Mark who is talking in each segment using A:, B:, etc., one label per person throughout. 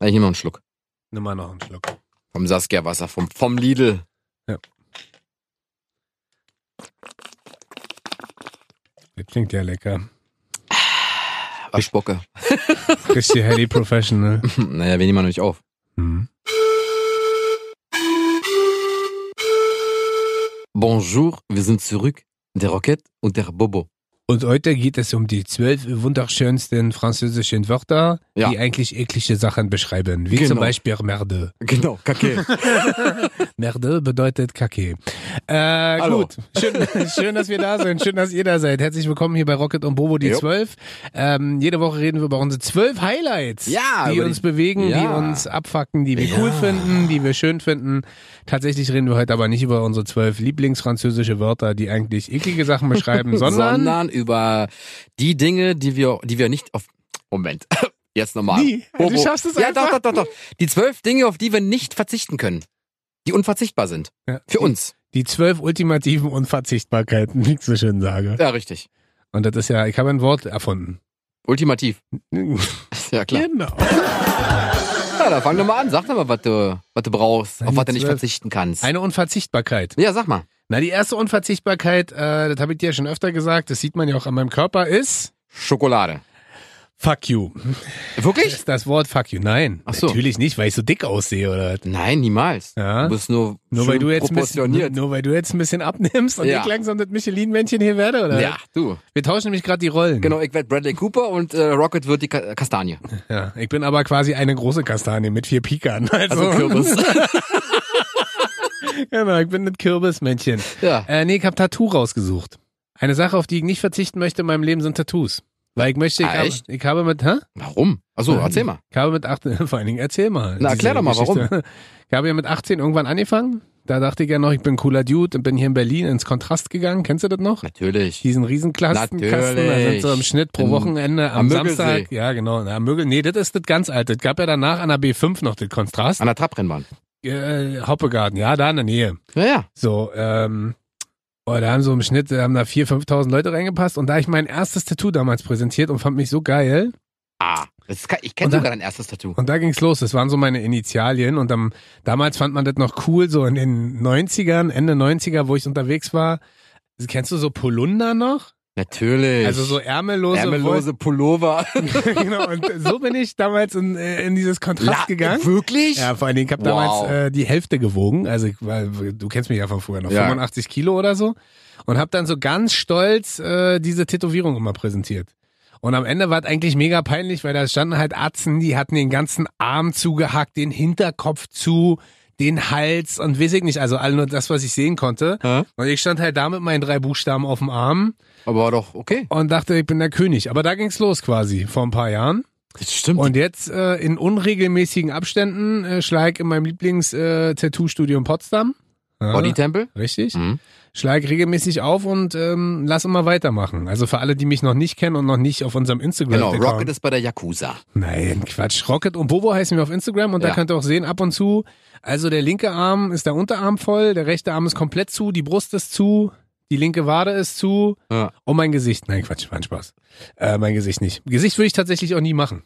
A: Na, ich nehme noch einen Schluck.
B: Nimm mal noch einen Schluck.
A: Vom Saskia Wasser, vom, vom Lidl.
B: Das klingt ja lecker.
A: Waschbocke.
B: Richtig Handy Professional.
A: naja, wir nehmen noch nicht auf.
B: Mhm.
A: Bonjour, wir sind zurück. Der Rocket und der Bobo.
B: Und heute geht es um die zwölf wunderschönsten französischen Wörter,
A: Ja.
B: die eigentlich eklige Sachen beschreiben. Wie
A: Genau.
B: zum Beispiel Merde.
A: Genau, Kacke.
B: Merde bedeutet Kacke. Äh,
A: Hallo.
B: gut. Schön, schön, dass wir da sind. Schön, dass ihr da seid. Herzlich willkommen hier bei Rocket und Bobo, die
A: Jo.
B: zwölf. Ähm, jede Woche reden wir über unsere zwölf Highlights,
A: Ja,
B: die
A: über die-
B: uns bewegen,
A: Ja.
B: die uns abfacken, die wir
A: Ja.
B: cool finden, die wir schön finden. Tatsächlich reden wir heute aber nicht über unsere zwölf Lieblingsfranzösische Wörter, die eigentlich eklige Sachen beschreiben, sondern
A: Sondern über die Dinge, die wir, die wir nicht auf. Moment. Jetzt nochmal.
B: Nie. Du schaffst es
A: ja,
B: einfach.
A: Doch, doch, doch, doch. Die zwölf Dinge, auf die wir nicht verzichten können. Die unverzichtbar sind.
B: Ja.
A: Für uns.
B: Die zwölf ultimativen Unverzichtbarkeiten, wie ich so schön sage.
A: Ja, richtig.
B: Und das ist ja, ich habe ein Wort erfunden.
A: Ultimativ. Ja, klar.
B: Genau.
A: Ja, dann fang doch mal an. Sag doch mal, was du, was du brauchst, auf
B: Die
A: was du nicht
B: zwölf.
A: verzichten kannst.
B: Eine Unverzichtbarkeit.
A: Ja, sag mal.
B: Na, die erste Unverzichtbarkeit, äh, das habe ich dir ja schon öfter gesagt, das sieht man ja auch an meinem Körper, ist
A: Schokolade.
B: Fuck you.
A: Wirklich?
B: Ist das Wort Fuck you? Nein.
A: Ach so.
B: Natürlich nicht, weil ich so dick aussehe oder was.
A: Nein, niemals. Du
B: Ja.
A: bist nur,
B: Nur weil,
A: schön
B: du jetzt ein bisschen, nur,
A: proportioniert.
B: nur weil du jetzt ein bisschen abnimmst und
A: Ja.
B: ich langsam das Michelin-Männchen hier werde, oder?
A: ja, du.
B: Wir tauschen nämlich gerade die Rollen.
A: Genau, ich werde Bradley Cooper und äh, Rocket wird die Ka Kastanie.
B: Ja, ich bin aber quasi eine große Kastanie mit vier Pikern. Also,
A: Also Kürbis.
B: genau, ich bin ein Kürbismännchen.
A: ja.
B: Äh, nee, ich habe Tattoo rausgesucht. Eine Sache, auf die ich nicht verzichten möchte in meinem Leben, sind Tattoos. Weil ich möchte, ich, habe,
A: Echt?
B: ich habe mit, hä?
A: Warum? Achso, erzähl mal.
B: Ich habe mit 18, vor allen Dingen, erzähl mal.
A: Na, erklär
B: diese
A: doch mal,
B: Geschichte. Ich habe ja mit 18 irgendwann angefangen. Da dachte ich ja noch, ich bin ein cooler Dude und bin hier in Berlin ins Kontrast gegangen. Kennst du das noch?
A: Natürlich.
B: Diesen Riesenklasten, Kasten, da sind so im Schnitt pro
A: Natürlich.
B: Wochenende am,
A: Am Mögelsee.
B: Samstag. Ja, genau. Na, am Mögel, nee, das ist das ganz alte. Es gab ja danach an der B5 noch das Kontrast.
A: An der Trabrennbahn.
B: Äh, Hoppegarten, ja, da in der Nähe.
A: Ja, ja.
B: So, ähm, oh, da haben so im Schnitt, da haben da 4.000, 5.000 Leute reingepasst. Und da ich mein erstes Tattoo damals präsentiert und fand mich so geil.
A: Ah, das ist, ke- ich kenne
B: Und da-
A: sogar dein erstes Tattoo.
B: Und da ging's los. Das waren so meine Initialien. Und dann, damals fand man das noch cool, so in den 90ern, Ende 90er, wo ich unterwegs war. Kennst du so Polunder noch?
A: Natürlich.
B: Also so ärmellose,
A: ärmellose Pullover.
B: Woll- genau. Und so bin ich damals in, äh, in dieses Kontrast
A: La-
B: gegangen.
A: Wirklich?
B: Ja, vor allen Dingen, ich habe
A: Wow.
B: damals äh, die Hälfte gewogen. Also ich war, du kennst mich ja von früher noch,
A: Ja.
B: 85 Kilo oder so. Und habe dann so ganz stolz äh, diese Tätowierung immer präsentiert. Und am Ende war es eigentlich mega peinlich, weil da standen halt Atzen, die hatten den ganzen Arm zugehackt, den Hinterkopf zu, den Hals und weiß ich nicht, also all nur das, was ich sehen konnte.
A: Hä?
B: Und ich stand halt da mit meinen drei Buchstaben auf dem Arm
A: Aber war doch okay.
B: und dachte, ich bin der König. Aber da ging's los quasi, vor ein paar Jahren.
A: Das stimmt.
B: Und jetzt äh, in unregelmäßigen Abständen äh, schlag in meinem Lieblings-Tattoo-Studio in Potsdam. Ja,
A: Body Temple?
B: richtig.
A: Mhm.
B: Schlag regelmäßig auf und ähm, lass immer weitermachen. Also für alle, die mich noch nicht kennen und noch nicht auf unserem Instagram.
A: Genau, Rocket ist bei der Yakuza.
B: Nein, Quatsch. Rocket und Bobo heißen wir auf Instagram und
A: Ja.
B: da könnt ihr auch sehen, ab und zu. Also der linke Arm ist der Unterarm voll, der rechte Arm ist komplett zu, die Brust ist zu, die linke Wade ist zu
A: Ja.
B: und mein Gesicht. Nein, Quatsch, war ein Spaß. Äh, mein Gesicht nicht. Gesicht würde ich tatsächlich auch nie machen.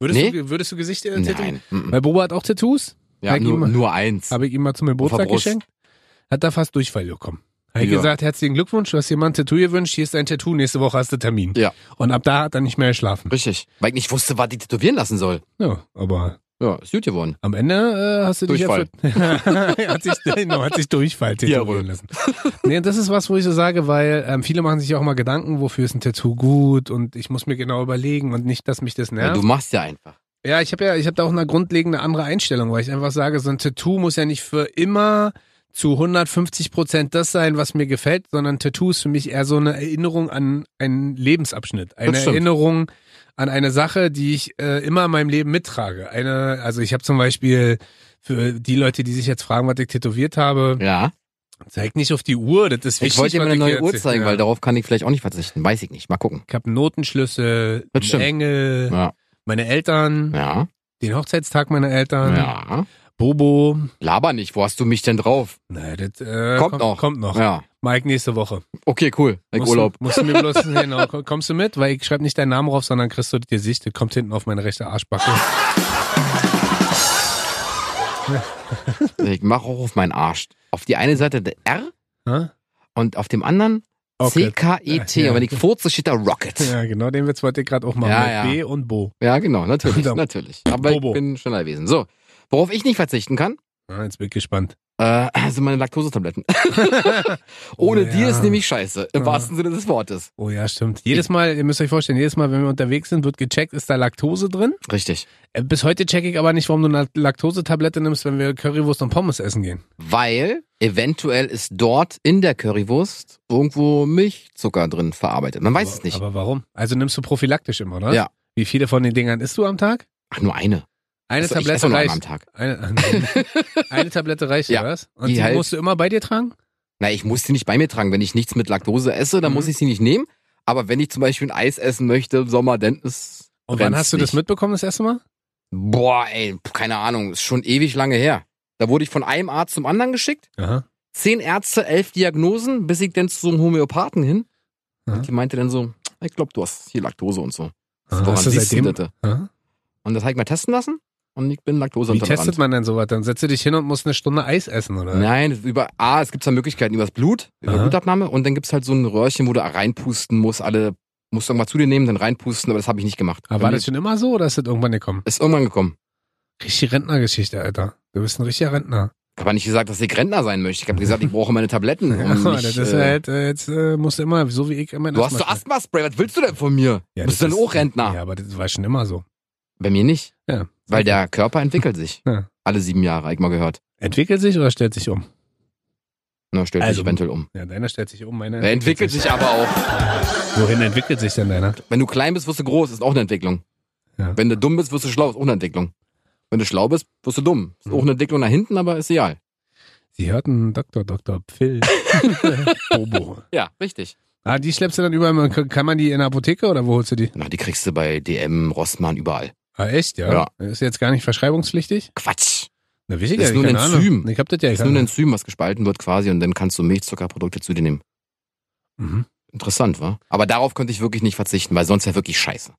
B: Würdest,
A: Nee?
B: du, würdest du Gesicht äh, tätowieren?
A: Nein. mhm.
B: Weil Bobo hat auch Tattoos.
A: Ja,
B: Hab ich
A: nur,
B: ihm-
A: nur eins.
B: Habe ich ihm mal zum
A: Auf der
B: Geburtstag
A: Brust.
B: geschenkt. Hat da fast Durchfall bekommen. Habe ich
A: Ja.
B: gesagt, herzlichen Glückwunsch, du hast dir mal ein Tattoo gewünscht, hier ist dein Tattoo, nächste Woche hast du Termin.
A: Ja.
B: Und ab da hat er nicht mehr geschlafen.
A: Richtig. Weil ich nicht wusste, was die tätowieren lassen soll.
B: Ja, aber
A: Ja, ist gut geworden.
B: am Ende äh, hast du dich
A: Durchfall.
B: erfüllt. hat, sich, genau, hat sich Durchfall
A: Jawohl.
B: tätowieren lassen. Nee, und das ist was, wo ich so sage, weil ähm, viele machen sich auch mal Gedanken, wofür ist ein Tattoo gut und ich muss mir genau überlegen und nicht, dass mich das
A: Ja.
B: nervt.
A: Du machst ja einfach.
B: Ja, ich habe ja, ich habe da auch eine grundlegende andere Einstellung, weil ich einfach sage, so ein Tattoo muss ja nicht für immer zu 150 Prozent das sein, was mir gefällt, sondern Tattoo ist für mich eher so eine Erinnerung an einen Lebensabschnitt, eine
A: stimmt.
B: Erinnerung an eine Sache, die ich äh, immer in meinem Leben mittrage. Eine, also ich habe zum Beispiel für die Leute, die sich jetzt fragen, was ich tätowiert habe,
A: Ja.
B: zeig nicht auf die Uhr, das ist wichtig.
A: Ich wollte dir
B: was
A: mal eine neue
B: hier
A: Uhr
B: erzähle.
A: zeigen,
B: ja.
A: weil darauf kann ich vielleicht auch nicht verzichten. Weiß ich nicht. Mal gucken.
B: ich habe einen Notenschlüssel,
A: Das
B: einen
A: stimmt.
B: Engel,
A: Ja.
B: meine Eltern,
A: Ja.
B: den Hochzeitstag meiner Eltern,
A: Ja.
B: Bobo,
A: Laber nicht. Wo hast du mich denn drauf?
B: Naja, das äh,
A: Kommt noch.
B: Kommt noch.
A: Ja.
B: Mike, nächste Woche.
A: Okay, cool. Ich
B: Musst du-
A: Urlaub.
B: Musst du mir bloß, genau, komm- kommst du mit? Weil ich schreibe nicht deinen Namen drauf, sondern kriegst du das Gesicht. Das kommt hinten auf meine rechte Arschbacke.
A: Ich mache auch auf meinen Arsch. Auf die eine Seite der R
B: Hä?
A: und auf dem anderen
B: Okay.
A: C-K-E-T.
B: Ja.
A: Und wenn ich furze, steht da Rocket. Ja,
B: Ja, genau, den Witz wollte ich gerade auch machen.
A: Ja,
B: mit
A: ja.
B: B und Bo.
A: genau, natürlich,
B: Verdammt.
A: natürlich. Aber
B: Bobo.
A: ich bin schneller gewesen. So, worauf ich nicht verzichten kann,
B: Ah, jetzt bin ich gespannt.
A: äh, sind meine Laktosetabletten. Ohne
B: Oh,
A: die
B: ja.
A: ist nämlich scheiße, im
B: Ja.
A: wahrsten Sinne des Wortes.
B: Oh ja, stimmt. Jedes Mal, ihr müsst euch vorstellen, jedes Mal, wenn wir unterwegs sind, wird gecheckt, ist da Laktose drin.
A: Richtig.
B: Äh, Bis heute checke ich aber nicht, warum du eine Laktosetablette nimmst, wenn wir Currywurst und Pommes essen gehen.
A: Weil eventuell ist dort in der Currywurst irgendwo Milchzucker drin verarbeitet. Man weiß
B: aber,
A: es nicht.
B: Aber warum? Also nimmst du prophylaktisch immer, oder?
A: Ja.
B: Wie viele von den Dingern isst du am Tag?
A: Ach, nur eine.
B: Eine
A: Also, ich
B: Tablette
A: esse nur eine am
B: reicht.
A: Tag.
B: Eine, eine Tablette reicht,
A: Ja.
B: oder was? Und
A: Die
B: die,
A: halt-
B: musst du immer bei dir tragen?
A: Na, ich muss sie nicht bei mir tragen. Wenn ich nichts mit Laktose esse, dann
B: Mhm.
A: muss ich sie nicht nehmen. Aber wenn ich zum Beispiel ein Eis essen möchte im Sommer, dann ist.
B: Und wann
A: brennt's
B: hast du das
A: nicht.
B: mitbekommen, das erste Mal?
A: Boah, ey, pf, keine Ahnung, ist schon ewig lange her. Da wurde ich von einem Arzt zum anderen geschickt.
B: Aha.
A: Zehn Ärzte, elf Diagnosen, bis ich dann zu so einem Homöopathen hin.
B: Ja.
A: Und die meinte dann so, ich glaube, du hast hier Laktose und so.
B: Ah,
A: Woran
B: hast du
A: siehst das?
B: seitdem-
A: denn?
B: Aha.
A: Und das habe ich mal testen lassen und ich bin
B: Wie testet
A: laktoseintolerant.
B: man denn sowas? Dann setzt du dich hin und musst eine Stunde Eis essen, oder?
A: Nein, über A, es gibt zwei Möglichkeiten, über das Blut, über
B: Aha.
A: Blutabnahme und dann gibt's halt so ein Röhrchen, wo du reinpusten musst, alle musst du irgendwann zu dir nehmen, dann reinpusten, aber das habe ich nicht gemacht.
B: Aber
A: Bei
B: war
A: mir
B: das schon immer so oder ist das irgendwann gekommen?
A: ist irgendwann gekommen.
B: Richtige Rentnergeschichte, Alter. Du bist ein richtiger Rentner.
A: Ich habe nicht gesagt, dass ich Rentner sein möchte. Ich habe gesagt, ich brauche meine Tabletten. Um
B: ja,
A: mich,
B: das ist
A: äh,
B: halt, äh, jetzt äh, musst du immer, so wie ich, immer
A: du hast doch Asthma-Spray, was willst du denn von mir?
B: Ja,
A: Bist du denn
B: das ist-
A: auch Rentner?
B: Ja, aber das war schon immer so.
A: Bei mir nicht,
B: Ja.
A: weil der Körper entwickelt sich.
B: Ja.
A: Alle sieben Jahre, hab ich mal gehört.
B: Entwickelt sich oder stellt sich um?
A: Na, stellt
B: Also-
A: sich eventuell um.
B: Ja, deiner stellt sich um, meiner.
A: Er entwickelt sich aber auch.
B: Wohin entwickelt sich denn deiner?
A: Wenn du klein bist, wirst du groß, ist auch eine Entwicklung.
B: Ja.
A: Wenn du dumm bist, wirst du schlau, ist auch eine Entwicklung. Wenn du schlau bist, wirst du dumm. Ist auch eine Entwicklung nach hinten, aber ist egal.
B: Sie hörten Dr. Dr. Phil. Bobo.
A: Ja, richtig.
B: Ah, die schleppst du dann überall. Kann man die in der Apotheke oder wo holst du die?
A: Na, die kriegst du bei DM, Rossmann, überall.
B: Ah, echt, ja? Ist jetzt gar nicht verschreibungspflichtig?
A: Quatsch.
B: Na, wichtig,
A: Das ist
B: ich
A: nur ein
B: keine
A: Enzym.
B: Ahnung. Ich hab das ja
A: Das ist nur ein Enzym, was gespalten wird quasi und dann kannst du Milchzuckerprodukte zu dir nehmen.
B: Mhm.
A: Interessant, wa? Aber darauf könnte ich wirklich nicht verzichten, weil sonst wäre wirklich scheiße.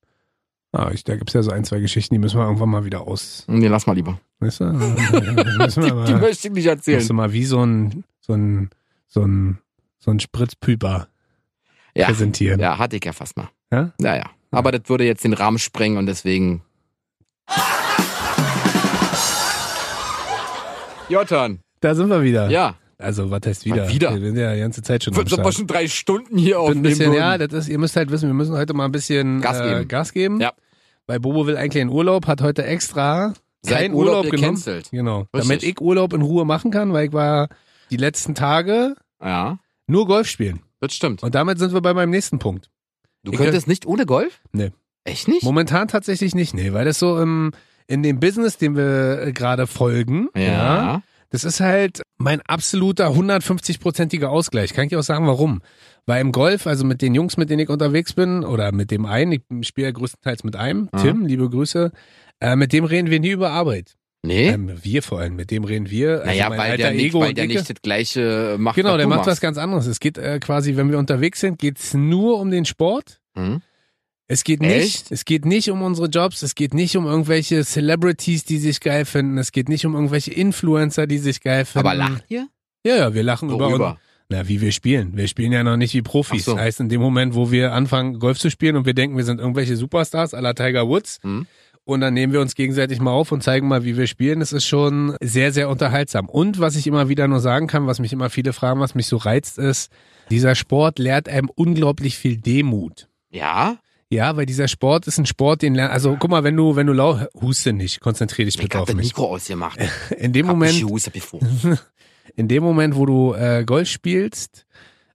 B: Ah, ich, da gibt's ja so ein, zwei Geschichten, die müssen wir irgendwann mal wieder aus.
A: Nee, lass mal lieber.
B: Weißt du? müssen wir
A: Die
B: mal,
A: möchte ich nicht
B: musst
A: erzählen.
B: du mal wie so ein, so ein, so ein, so ein Spritzpüper
A: Ja.
B: präsentieren.
A: ja, hatte ich ja fast mal.
B: Ja?
A: Naja. Aber das würde jetzt den Rahmen sprengen und deswegen. Jotan.
B: Da sind wir wieder.
A: Ja.
B: Also, was heißt wieder?
A: Mal wieder?
B: Wir sind ja die ganze Zeit schon am
A: Sind wir
B: Start.
A: schon drei Stunden hier
B: Bin ein
A: aufnehmen
B: bisschen,
A: würden.
B: ja, das ist, ihr müsst halt wissen, wir müssen heute mal ein bisschen
A: Gas
B: äh,
A: geben.
B: Gas geben.
A: Ja.
B: Weil Bobo will eigentlich in Urlaub, hat heute extra
A: Sein
B: keinen Urlaub,
A: Urlaub
B: genommen.
A: gecancelt.
B: Genau.
A: Richtig.
B: Damit ich Urlaub in Ruhe machen kann, weil ich war die letzten Tage
A: Ja,
B: nur Golf spielen.
A: das stimmt.
B: Und damit sind wir bei meinem nächsten Punkt.
A: Du
B: Ich
A: könntest nicht ohne Golf?
B: Nee.
A: Echt nicht?
B: Momentan tatsächlich nicht, nee, weil das so im, in dem Business, dem wir äh, gerade folgen,
A: Ja.
B: Das ist halt mein absoluter 150-prozentiger Ausgleich. Kann ich auch sagen, warum? Weil im Golf, also mit den Jungs, mit denen ich unterwegs bin, oder mit dem einen, ich spiele ja größtenteils mit einem,
A: Mhm.
B: Tim, liebe Grüße, äh, mit dem reden wir nie über Arbeit.
A: Nee?
B: Ähm, wir vor allem, mit dem reden wir. Also
A: naja,
B: mein
A: weil
B: alter
A: der, nicht,
B: Ego
A: weil
B: und
A: der
B: Icke.
A: nicht das gleiche äh, macht.
B: Genau, der
A: du
B: macht was
A: machst.
B: ganz anderes. Es geht äh, quasi, wenn wir unterwegs sind, geht's nur um den Sport.
A: Hm?
B: Es geht nicht,
A: Echt?
B: es geht nicht um unsere Jobs, es geht nicht um irgendwelche Celebrities, die sich geil finden, es geht nicht um irgendwelche Influencer, die sich geil finden.
A: Aber lacht ihr?
B: Ja, ja, wir lachen über, uns.
A: Worüber?
B: Na, wie wir spielen. Wir spielen ja noch nicht wie Profis.
A: Ach so.
B: Heißt, in dem Moment, wo wir anfangen, Golf zu spielen und wir denken, wir sind irgendwelche Superstars à la Tiger Woods
A: Hm?
B: und dann nehmen wir uns gegenseitig mal auf und zeigen mal, wie wir spielen, das ist schon sehr, sehr unterhaltsam. Und was ich immer wieder nur sagen kann, was mich immer viele fragen, was mich so reizt, ist, dieser Sport lehrt einem unglaublich viel Demut.
A: Ja?
B: Ja, weil dieser Sport ist ein Sport, den lernt, also guck mal, wenn du, wenn du lau, huste nicht, konzentrier dich
A: Ich
B: bitte
A: hab
B: auf
A: das
B: mich.
A: Mikro ausgemacht.
B: In dem
A: Hab
B: Moment,
A: Ich Hughes, hab ich vor.
B: in dem Moment, wo du äh, Golf spielst,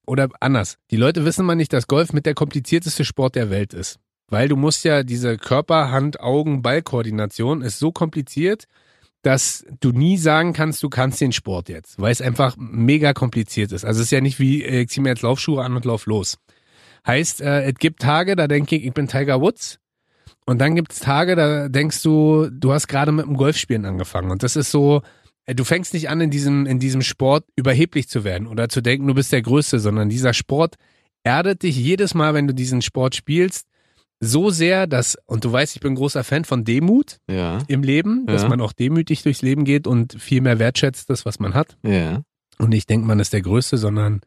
B: oder anders, die Leute wissen mal nicht, dass Golf mit der komplizierteste Sport der Welt ist. Weil du musst ja diese Körper, Hand, Augen, Ballkoordination ist so kompliziert, dass du nie sagen kannst, du kannst den Sport jetzt, weil es einfach mega kompliziert ist. Also es ist ja nicht wie, äh, ich zieh mir jetzt Laufschuhe an und lauf los. Heißt, äh, es gibt Tage, da denke ich, ich bin Tiger Woods. Und dann gibt es Tage, da denkst du, du hast gerade mit dem Golfspielen angefangen. Und das ist so, äh, du fängst nicht an, in diesem, in diesem Sport überheblich zu werden oder zu denken, du bist der Größte, sondern dieser Sport erdet dich jedes Mal, wenn du diesen Sport spielst, so sehr, dass, und du weißt, ich bin großer Fan von Demut
A: Ja.
B: im Leben, dass
A: Ja.
B: man auch demütig durchs Leben geht und viel mehr wertschätzt das, was man hat.
A: Ja.
B: Und nicht denkt, man ist der Größte, sondern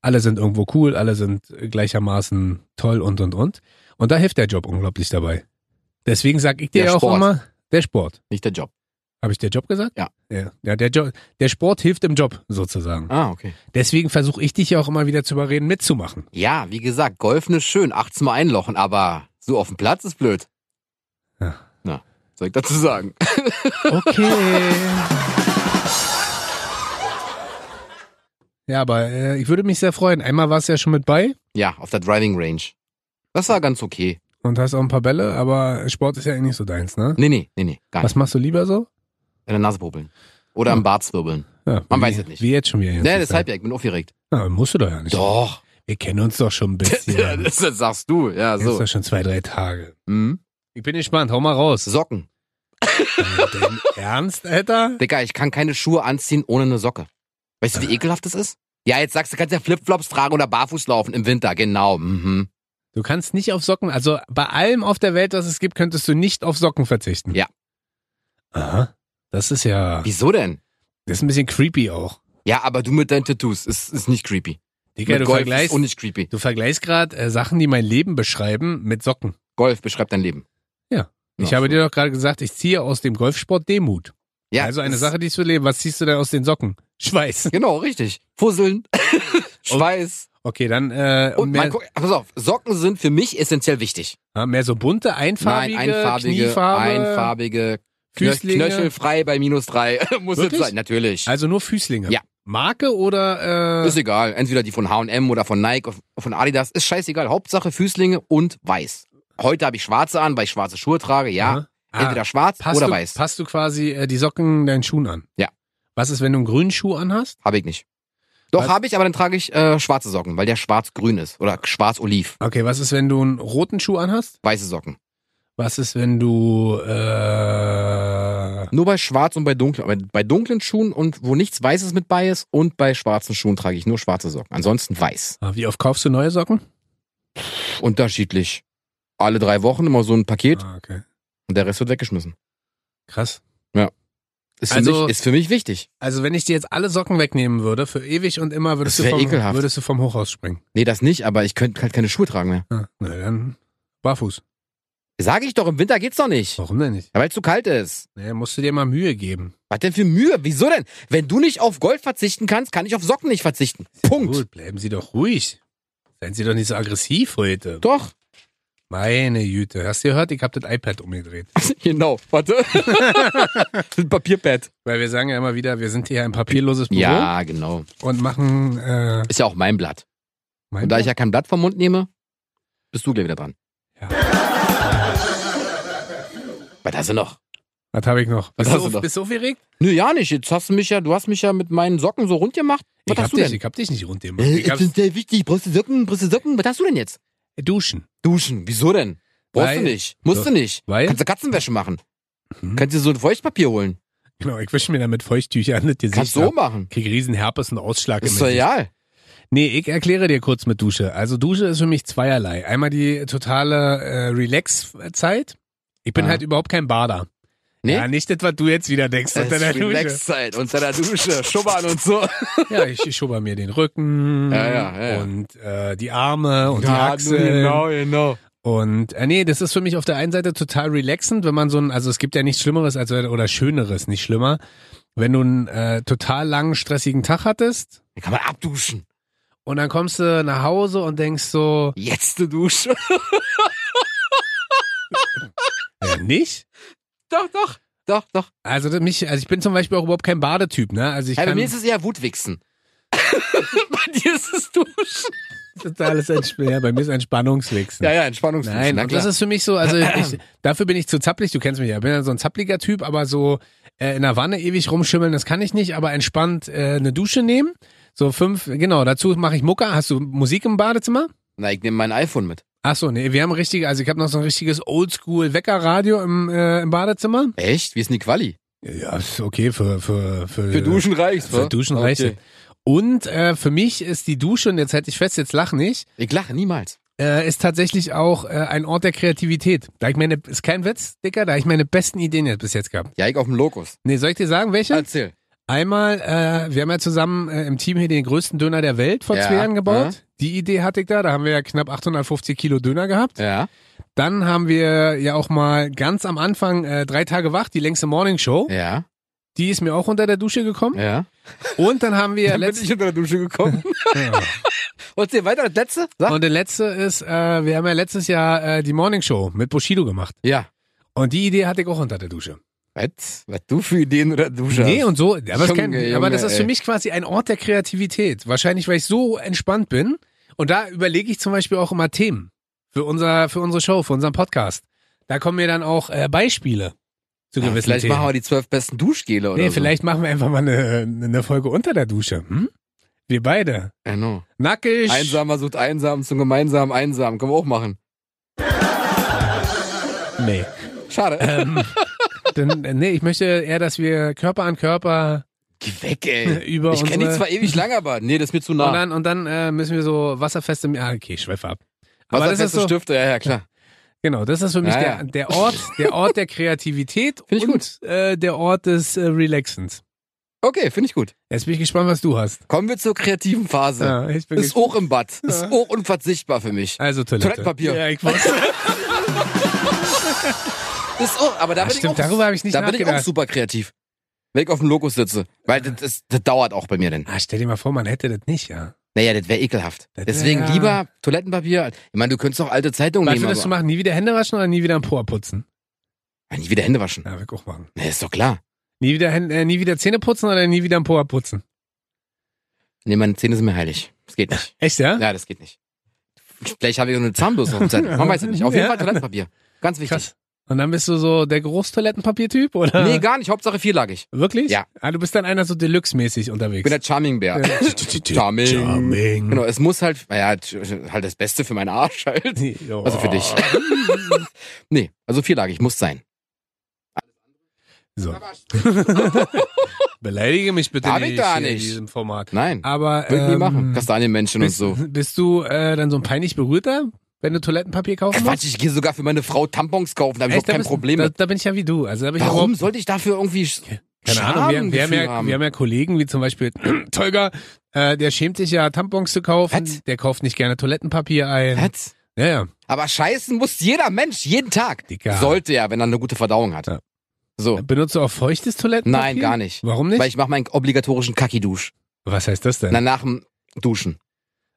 B: alle sind irgendwo cool, alle sind gleichermaßen toll und, und, und. Und da hilft der Job unglaublich dabei. Deswegen sag ich dir
A: Der
B: ja auch
A: Sport.
B: immer, der Sport.
A: Nicht der Job.
B: Habe ich der Job gesagt?
A: Ja.
B: Ja, ja der, jo der Sport hilft im Job sozusagen.
A: Ah, okay.
B: Deswegen versuche ich dich ja auch immer wieder zu überreden, mitzumachen.
A: Ja, wie gesagt, Golfen ist schön, 18 Mal einlochen, aber so auf dem Platz ist blöd.
B: Ja.
A: Na, soll ich dazu sagen?
B: Okay. ja, aber äh, ich würde mich sehr freuen. Einmal warst du ja schon mit bei
A: Ja, auf der Driving Range. Das war ganz okay.
B: und hast auch ein paar Bälle, aber Sport ist ja eh nicht so deins, ne?
A: Nee, nee, nee, nee, gar nicht.
B: Was machst du lieber so?
A: In der Nase popeln. Oder im Bart zwirbeln.
B: Ja,
A: Man
B: wie,
A: weiß es nicht.
B: Wie jetzt schon wieder.
A: Nee, deshalb ja, ich bin aufgeregt.
B: Na, musst du doch ja nicht.
A: Doch.
B: Wir kennen uns doch schon ein bisschen.
A: Ja,
B: Wir
A: das das sagst du, ja,
B: kennen uns
A: so.
B: doch schon zwei, drei Tage.
A: Mhm.
B: Ich bin gespannt, hau mal raus.
A: Socken.
B: Dein Ernst, Alter?
A: Digga, ich kann keine Schuhe anziehen ohne eine Socke. Weißt du, wie ekelhaft das ist? Ja, jetzt sagst du, kannst ja Flipflops tragen oder barfuß laufen im Winter, genau. Mhm.
B: Du kannst nicht auf Socken, also bei allem auf der Welt, was es gibt, könntest du nicht auf Socken verzichten.
A: Ja.
B: Aha. Das ist ja,
A: Wieso denn?
B: das ist ein bisschen creepy auch.
A: Ja, aber du mit deinen Tattoos, ist, ist nicht creepy.
B: Digga,
A: mit
B: du
A: Golf
B: vergleichst,
A: ist auch nicht creepy.
B: du vergleichst gerade äh, Sachen, die mein Leben beschreiben, mit Socken.
A: Golf beschreibt dein Leben.
B: Ja. Ich
A: Ja,
B: habe
A: so.
B: dir doch gerade gesagt, ich ziehe aus dem Golfsport Demut.
A: Ja,
B: also eine
A: das-
B: Sache, die ich zu leben. Was ziehst du denn aus den Socken? Schweiß.
A: Genau, richtig. Fusseln, Schweiß.
B: Okay, dann äh,
A: Und man
B: mehr,
A: guckt, pass auf, Socken sind für mich essentiell wichtig.
B: ah, mehr so bunte, einfarbige,
A: Nein, einfarbige,
B: Kniefarbe,
A: einfarbige, Knö
B: Füßlinge.
A: knöchelfrei bei minus drei. Muss
B: Wirklich?
A: es sein, natürlich.
B: Also nur Füßlinge.
A: Ja.
B: Marke oder
A: ist
B: äh,
A: egal, entweder die von H&M oder von Nike, oder von Adidas, ist scheißegal. Hauptsache Füßlinge und weiß. Heute habe ich schwarze an, weil ich schwarze Schuhe trage, ja. Äh,
B: Aha. Ah,
A: Entweder schwarz
B: passt
A: oder
B: du,
A: weiß.
B: Passt du quasi äh, die Socken deinen Schuhen an?
A: Ja.
B: Was ist, wenn du einen grünen Schuh anhast?
A: Habe ich nicht. Doch,
B: Was-
A: habe ich, aber dann trage ich äh, schwarze Socken, weil der schwarz-grün ist. Oder schwarz-oliv.
B: Okay, was ist, wenn du einen roten Schuh anhast?
A: Weiße Socken.
B: Was ist, wenn du äh,
A: Nur bei schwarz und bei dunkel. Aber bei dunklen Schuhen und wo nichts Weißes mit bei ist und bei schwarzen Schuhen trage ich nur schwarze Socken. Ansonsten weiß.
B: ah, wie oft kaufst du neue Socken?
A: Pff, unterschiedlich. Alle drei Wochen immer so ein Paket
B: Ah, okay.
A: und der Rest wird weggeschmissen.
B: Krass.
A: Ist für,
B: Also-
A: mich, ist für mich wichtig.
B: Also wenn ich dir jetzt alle Socken wegnehmen würde, für ewig und immer, würdest, du
A: Das wär
B: vom,
A: ekelhaft.
B: würdest du vom Hochhaus springen.
A: Nee, das nicht, aber ich könnte halt keine Schuhe tragen mehr.
B: Ah, na dann barfuß.
A: Sag ich doch, im Winter geht's doch nicht.
B: Warum denn nicht?
A: Ja, weil es zu kalt ist.
B: Naja, musst du dir mal Mühe geben.
A: Was denn für Mühe? Wieso denn? Wenn du nicht auf Gold verzichten kannst, kann ich auf Socken nicht verzichten. Punkt.
B: Gut, bleiben Sie doch ruhig. Seien Sie doch nicht so aggressiv heute.
A: Doch.
B: Meine Güte, hast du gehört? Ich habe das iPad umgedreht.
A: Genau. Warte. Ein Papierpad.
B: Weil wir sagen ja immer wieder, wir sind hier ein papierloses Büro
A: Ja, genau.
B: und machen äh,
A: Ist ja auch mein Blatt.
B: mein
A: Und da ich ja kein Blatt vom Mund nehme, bist du gleich wieder dran.
B: Ja.
A: Was hast du noch?
B: Was habe ich noch?
A: Was
B: Bist
A: hast
B: du,
A: du noch?
B: auf, bist du aufgeregt?
A: Nö, ja nicht. Jetzt hast du mich ja, du hast mich ja mit meinen Socken so rund gemacht. Was
B: ich hab
A: hast du
B: dich,
A: denn?
B: Ich hab dich nicht rund gemacht.
A: Äh,
B: Ich
A: Ich
B: hab
A: bin sehr wichtig. Brauchst du Socken? Brauchst du Socken? Was hast du denn jetzt?
B: duschen.
A: Duschen. Wieso denn? Brauchst
B: Weil-
A: du nicht. Musst
B: Doch.
A: du nicht.
B: Weil?
A: Kannst du Katzenwäsche machen.
B: Mhm.
A: Kannst du so ein Feuchtpapier holen.
B: Genau, ich wische mir damit Feuchttücher an, das Gesicht.
A: Kannst du so
B: ab.
A: machen.
B: Krieg riesen Herpes und Ausschlag im
A: Ist doch
B: Gesicht.
A: egal.
B: Nee, ich erkläre dir kurz mit Dusche. Also Dusche ist für mich zweierlei. Einmal die totale äh, Relax-Zeit. Ich bin
A: Ja.
B: halt überhaupt kein Bader.
A: Nee?
B: Ja, nicht das, was du jetzt wieder denkst
A: Das
B: unter der
A: ist
B: Dusche.
A: Relax-Zeit unter der Dusche. Schubbern und so.
B: Ja, ich, ich schubber mir den Rücken
A: Ja, ja, ja, ja.
B: und äh, die Arme und die Achseln.
A: genau.
B: Und äh, nee, das ist für mich auf der einen Seite total relaxend, wenn man so ein, also es gibt ja nichts Schlimmeres als oder Schöneres, nicht schlimmer, wenn du einen äh, total langen, stressigen Tag hattest
A: Dann kann man abduschen.
B: und dann kommst du nach Hause und denkst so,
A: Jetzt eine Dusche.
B: äh, nicht?
A: Doch, doch. Doch, doch.
B: Also das- mich, also ich bin zum Beispiel auch überhaupt kein Badetyp, ne? Also ich
A: Ja, bei
B: kann
A: mir ist es eher Wutwichsen. bei dir ist es Duschen.
B: totales Entspannen. Ja, bei mir ist Entspannungswichsen.
A: Ja, ja, Entspannungsduschen.
B: Nein,
A: na
B: und
A: klar.
B: das ist für mich so, also ich, dafür bin ich zu zappelig, du kennst mich ja, ich bin ja so ein zappliger Typ, aber so äh, in der Wanne ewig rumschimmeln, das kann ich nicht, aber entspannt äh, eine Dusche nehmen, so fünf, genau, dazu mache ich Mucke, hast du Musik im Badezimmer?
A: Na, ich nehme mein iPhone mit.
B: Ach so, nee, wir haben richtig, also ich habe noch so ein richtiges Oldschool Weckerradio im, äh, im Badezimmer.
A: Echt? Wie ist denn die Quali?
B: Ja, ist okay für für für,
A: reicht's,
B: Äh, Für Duschen reicht es. Und äh, für mich ist die Dusche und jetzt hätte ich fest, jetzt lach nicht.
A: Ich lache niemals.
B: äh, ist tatsächlich auch äh, ein Ort der Kreativität. Da ich meine, ist kein Witz, Dicker, da hab ich meine besten Ideen jetzt bis jetzt gehabt.
A: Ja, ich auf dem Lokus.
B: Nee, soll ich dir sagen, welche?
A: Erzähl.
B: Einmal, äh, wir haben ja zusammen äh, im Team hier den größten Döner der Welt vor
A: Ja, mhm.
B: zwei Jahren gebaut.
A: ja.
B: Die Idee hatte ich da, da haben wir ja knapp 850 Kilo Döner gehabt.
A: Ja.
B: Dann haben wir ja auch mal ganz am Anfang äh, drei Tage wach, die längste Morning Show.
A: Ja.
B: Die ist mir auch unter der Dusche gekommen.
A: Ja.
B: Und dann haben wir
A: Dann bin
B: letzte.
A: ich unter der Dusche gekommen. Wolltest du weiter das letzte? Sag.
B: Und der letzte ist, äh, wir haben ja letztes Jahr äh, die Morning Show mit Bushido gemacht.
A: ja.
B: Und die Idee hatte ich auch unter der Dusche.
A: Was? Was du für Ideen unter der Dusche
B: Nee,
A: hast?
B: und so, aber, es
A: Junge,
B: kann, aber
A: Junge,
B: das ist für
A: ey.
B: mich quasi ein Ort der Kreativität. Wahrscheinlich, weil ich so entspannt bin. Und da überlege ich zum Beispiel auch immer Themen für, unser, für unsere Show, für unseren Podcast. Da kommen mir dann auch äh, Beispiele zu
A: ja,
B: gewissen
A: vielleicht
B: Themen.
A: machen wir die zwölf besten Duschgele oder
B: nee,
A: so.
B: vielleicht machen wir einfach mal eine, eine Folge unter der Dusche. Hm? Wir beide.
A: Genau.
B: Nackig.
A: Einsamer sucht Einsamen zum gemeinsamen Einsamen. Können wir auch machen.
B: Nee.
A: Schade.
B: Ähm, dann, äh, nee, ich möchte eher, dass wir Körper an Körper
A: Geh weg, ey.
B: über
A: ich kenne
B: unsere-
A: die zwar ewig lang, aber nee, das ist mir zu nah.
B: und dann, und dann äh, müssen wir so wasserfeste. Ah, okay, ich schweife ab. Aber das ist
A: Wasserfeste
B: so,
A: Stifte, ja, ja, klar.
B: Genau, das ist für mich
A: Ja,
B: der,
A: ja.
B: der Ort, der Ort der Kreativität
A: Finde ich
B: und äh, der Ort des äh, Relaxens.
A: Okay, finde ich gut.
B: Jetzt bin ich gespannt, was du hast.
A: Kommen wir zur kreativen Phase.
B: Ja, ich bin
A: Ist
B: gespannt.
A: auch im Bad. Ist
B: Ja.
A: auch unverzichtbar für mich.
B: also Toilette.
A: Toilettenpapier.
B: Ja, ich wusste.
A: Ist auch, aber da bin
B: stimmt,
A: ich auch,
B: darüber habe ich nicht
A: da bin ich auch
B: nachgedacht.
A: super kreativ. Wenn ich auf dem Lokus sitze. Weil das, das, das dauert auch bei mir dann.
B: ah, stell dir mal vor, man hätte das nicht, ja.
A: Naja, das wäre ekelhaft.
B: Das wär-
A: Deswegen lieber Toilettenpapier. Ich meine, du könntest auch alte Zeitungen
B: Was
A: nehmen.
B: würdest du
A: Aber,
B: machen? Nie wieder Hände waschen oder nie wieder einen Po abputzen?
A: Ja, nie wieder Hände waschen.
B: Ja, wir auch machen.
A: Na, ist doch klar.
B: Nie wieder, Hände, äh, nie wieder Zähne putzen oder nie wieder einen Po abputzen?
A: Nee, meine Zähne sind mir heilig. Das geht nicht.
B: Echt, ja?
A: Ja, das geht nicht. Vielleicht habe ich auch eine Zahnbürste auf dem Zettel. Man weiß es nicht. Auf jeden
B: Ja.
A: Fall Toilettenpapier. Ganz wichtig.
B: Krass. Und dann bist du so der Großtoilettenpapier-Typ, oder?
A: Nee, gar nicht. Hauptsache vierlagig.
B: Wirklich?
A: Ja.
B: Ah, du bist dann einer so Deluxe-mäßig
A: Ich
B: unterwegs.
A: bin der Charming-Bär. Charming.
B: Charming.
A: Genau, es muss halt, naja, halt das Beste für meinen Arsch halt.
B: Ja. oh.
A: Also für dich. nee, also vierlagig, muss sein.
B: So. Beleidige mich bitte
A: Hab ich
B: nicht,
A: gar
B: hier in
A: nicht.
B: diesem Format.
A: Nein,
B: Aber
A: würde ich nie
B: ähm,
A: machen. Kastanienmenschen und
B: bist,
A: so.
B: bist du äh, dann so ein peinlich berührter, wenn du Toilettenpapier kaufen
A: Äh, Quatsch,
B: musst?
A: ich gehe sogar für meine Frau Tampons kaufen, da habe ich
B: Echt,
A: auch
B: da
A: kein
B: bist-
A: Problem
B: Da,
A: mit.
B: da bin ich ja wie du. Also da bin ich
A: Warum
B: überhaupt
A: sollte ich dafür irgendwie Sch-
B: keine Ahnung. Wir, wir, haben
A: Schamgefühl
B: ja, wir haben ja Kollegen wie zum Beispiel Tolga, äh, der schämt sich ja Tampons zu kaufen.
A: Was?
B: Der kauft nicht gerne Toilettenpapier ein.
A: Was?
B: Ja, ja.
A: Aber scheißen muss jeder Mensch, jeden Tag.
B: Digga.
A: Sollte er, wenn er eine gute Verdauung hat.
B: Ja.
A: So,
B: Benutzt du auch feuchtes Toilettenpapier?
A: Nein, gar nicht.
B: Warum nicht?
A: weil ich mache meinen obligatorischen Kacki-Dusch.
B: Was heißt das denn?
A: Na, nach dem Duschen.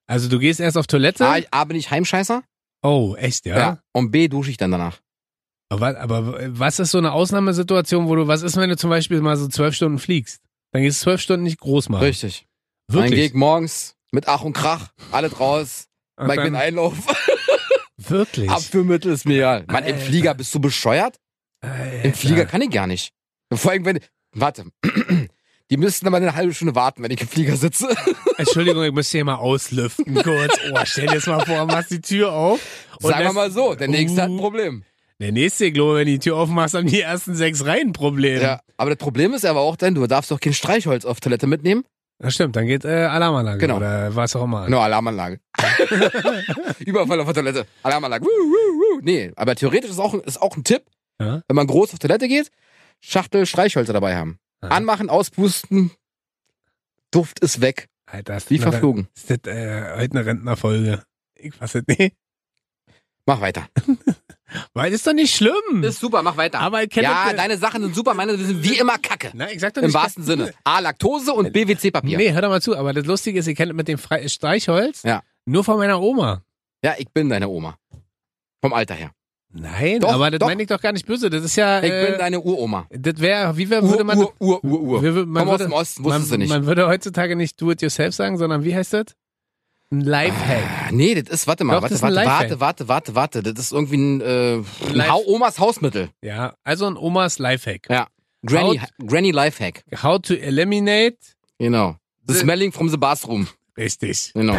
B: Also du gehst erst auf Toilette?
A: A, A, bin Ah, ich Heimscheißer.
B: oh, echt, ja?
A: Und B, dusche ich dann danach.
B: Aber, aber was ist so eine Ausnahmesituation, wo du, was ist, wenn du zum Beispiel mal so zwölf Stunden fliegst? Dann gehst du zwölf Stunden nicht groß machen.
A: Richtig. Dann gehe
B: Wirklich.
A: ich morgens mit Ach und Krach, alles raus,
B: Und
A: bei den
B: dann,
A: Einlauf.
B: wirklich.
A: Abführmittel ist mir egal. Mann, im
B: Alter.
A: Flieger bist du bescheuert? Im
B: Alter.
A: Flieger kann ich gar nicht. Vor allem, wenn. Warte. Die müssten aber eine halbe Stunde warten, wenn ich im Flieger sitze.
B: Entschuldigung, ich müsste hier mal auslüften kurz. Oh, stell dir das mal vor, machst die Tür auf. und
A: Sagen wir
B: lässt-
A: mal so, der nächste hat ein
B: Uh,
A: Problem.
B: Der nächste, ich glaube, wenn du die Tür aufmachst, haben die ersten sechs Reihen ein Problem.
A: Ja, aber das Problem ist aber auch dann, du darfst doch kein Streichholz auf Toilette mitnehmen.
B: Das stimmt, dann geht äh, Alarmanlage
A: Genau.
B: oder was auch immer.
A: Genau, Alarmanlage. Überfall auf der Toilette. Alarmanlage. Wuh, wuh, wuh. Nee, aber theoretisch ist auch, ist auch ein Tipp,
B: Ja?
A: wenn man groß auf Toilette geht, Schachtel Streichhölzer dabei haben.
B: Ja.
A: Anmachen, auspusten, Duft ist weg,
B: Alter, ist
A: wie
B: das-
A: verflogen.
B: Ist das äh, heute eine Rentnerfolge? Ich weiß es nicht.
A: Mach weiter.
B: Weil das ist doch nicht schlimm.
A: super, mach weiter.
B: aber ich kenne
A: ja,
B: das,
A: deine Sachen sind super, meine sind wie immer Kacke.
B: Nein, ich sag doch
A: Im
B: nicht.
A: wahrsten Sinne. A, Laktose und B, WC-Papier.
B: Nee, hör doch mal zu, aber das Lustige ist, ihr kennt mit dem Fre Streichholz
A: Ja.
B: nur von meiner Oma.
A: Ja, ich bin deine Oma. Vom Alter her.
B: Nein,
A: Doch,
B: aber das
A: doch.
B: meine ich doch gar nicht böse. Das ist ja.
A: Ich bin
B: Äh,
A: deine Uroma.
B: das wäre, wie wär, würde
A: Ur,
B: man.
A: Ur, Ur, Ur, Ur.
B: wir wür- man
A: Komm aus
B: würde-
A: dem Osten,
B: man,
A: wusstest du nicht.
B: man würde heutzutage nicht do it yourself sagen, sondern wie heißt das? Ein Lifehack.
A: Ah, Nee, das ist, warte mal,
B: Doch,
A: warte,
B: das ist
A: warte,
B: ein Lifehack.
A: warte, warte, warte, warte. Das ist irgendwie ein, äh, ein
B: Life-
A: ha Omas Hausmittel.
B: Ja, also ein Omas Lifehack.
A: Ja. Granny,
B: Haut-
A: Granny Lifehack.
B: How to eliminate.
A: Genau. The
B: The-
A: smelling from the bathroom.
B: Richtig.
A: Genau.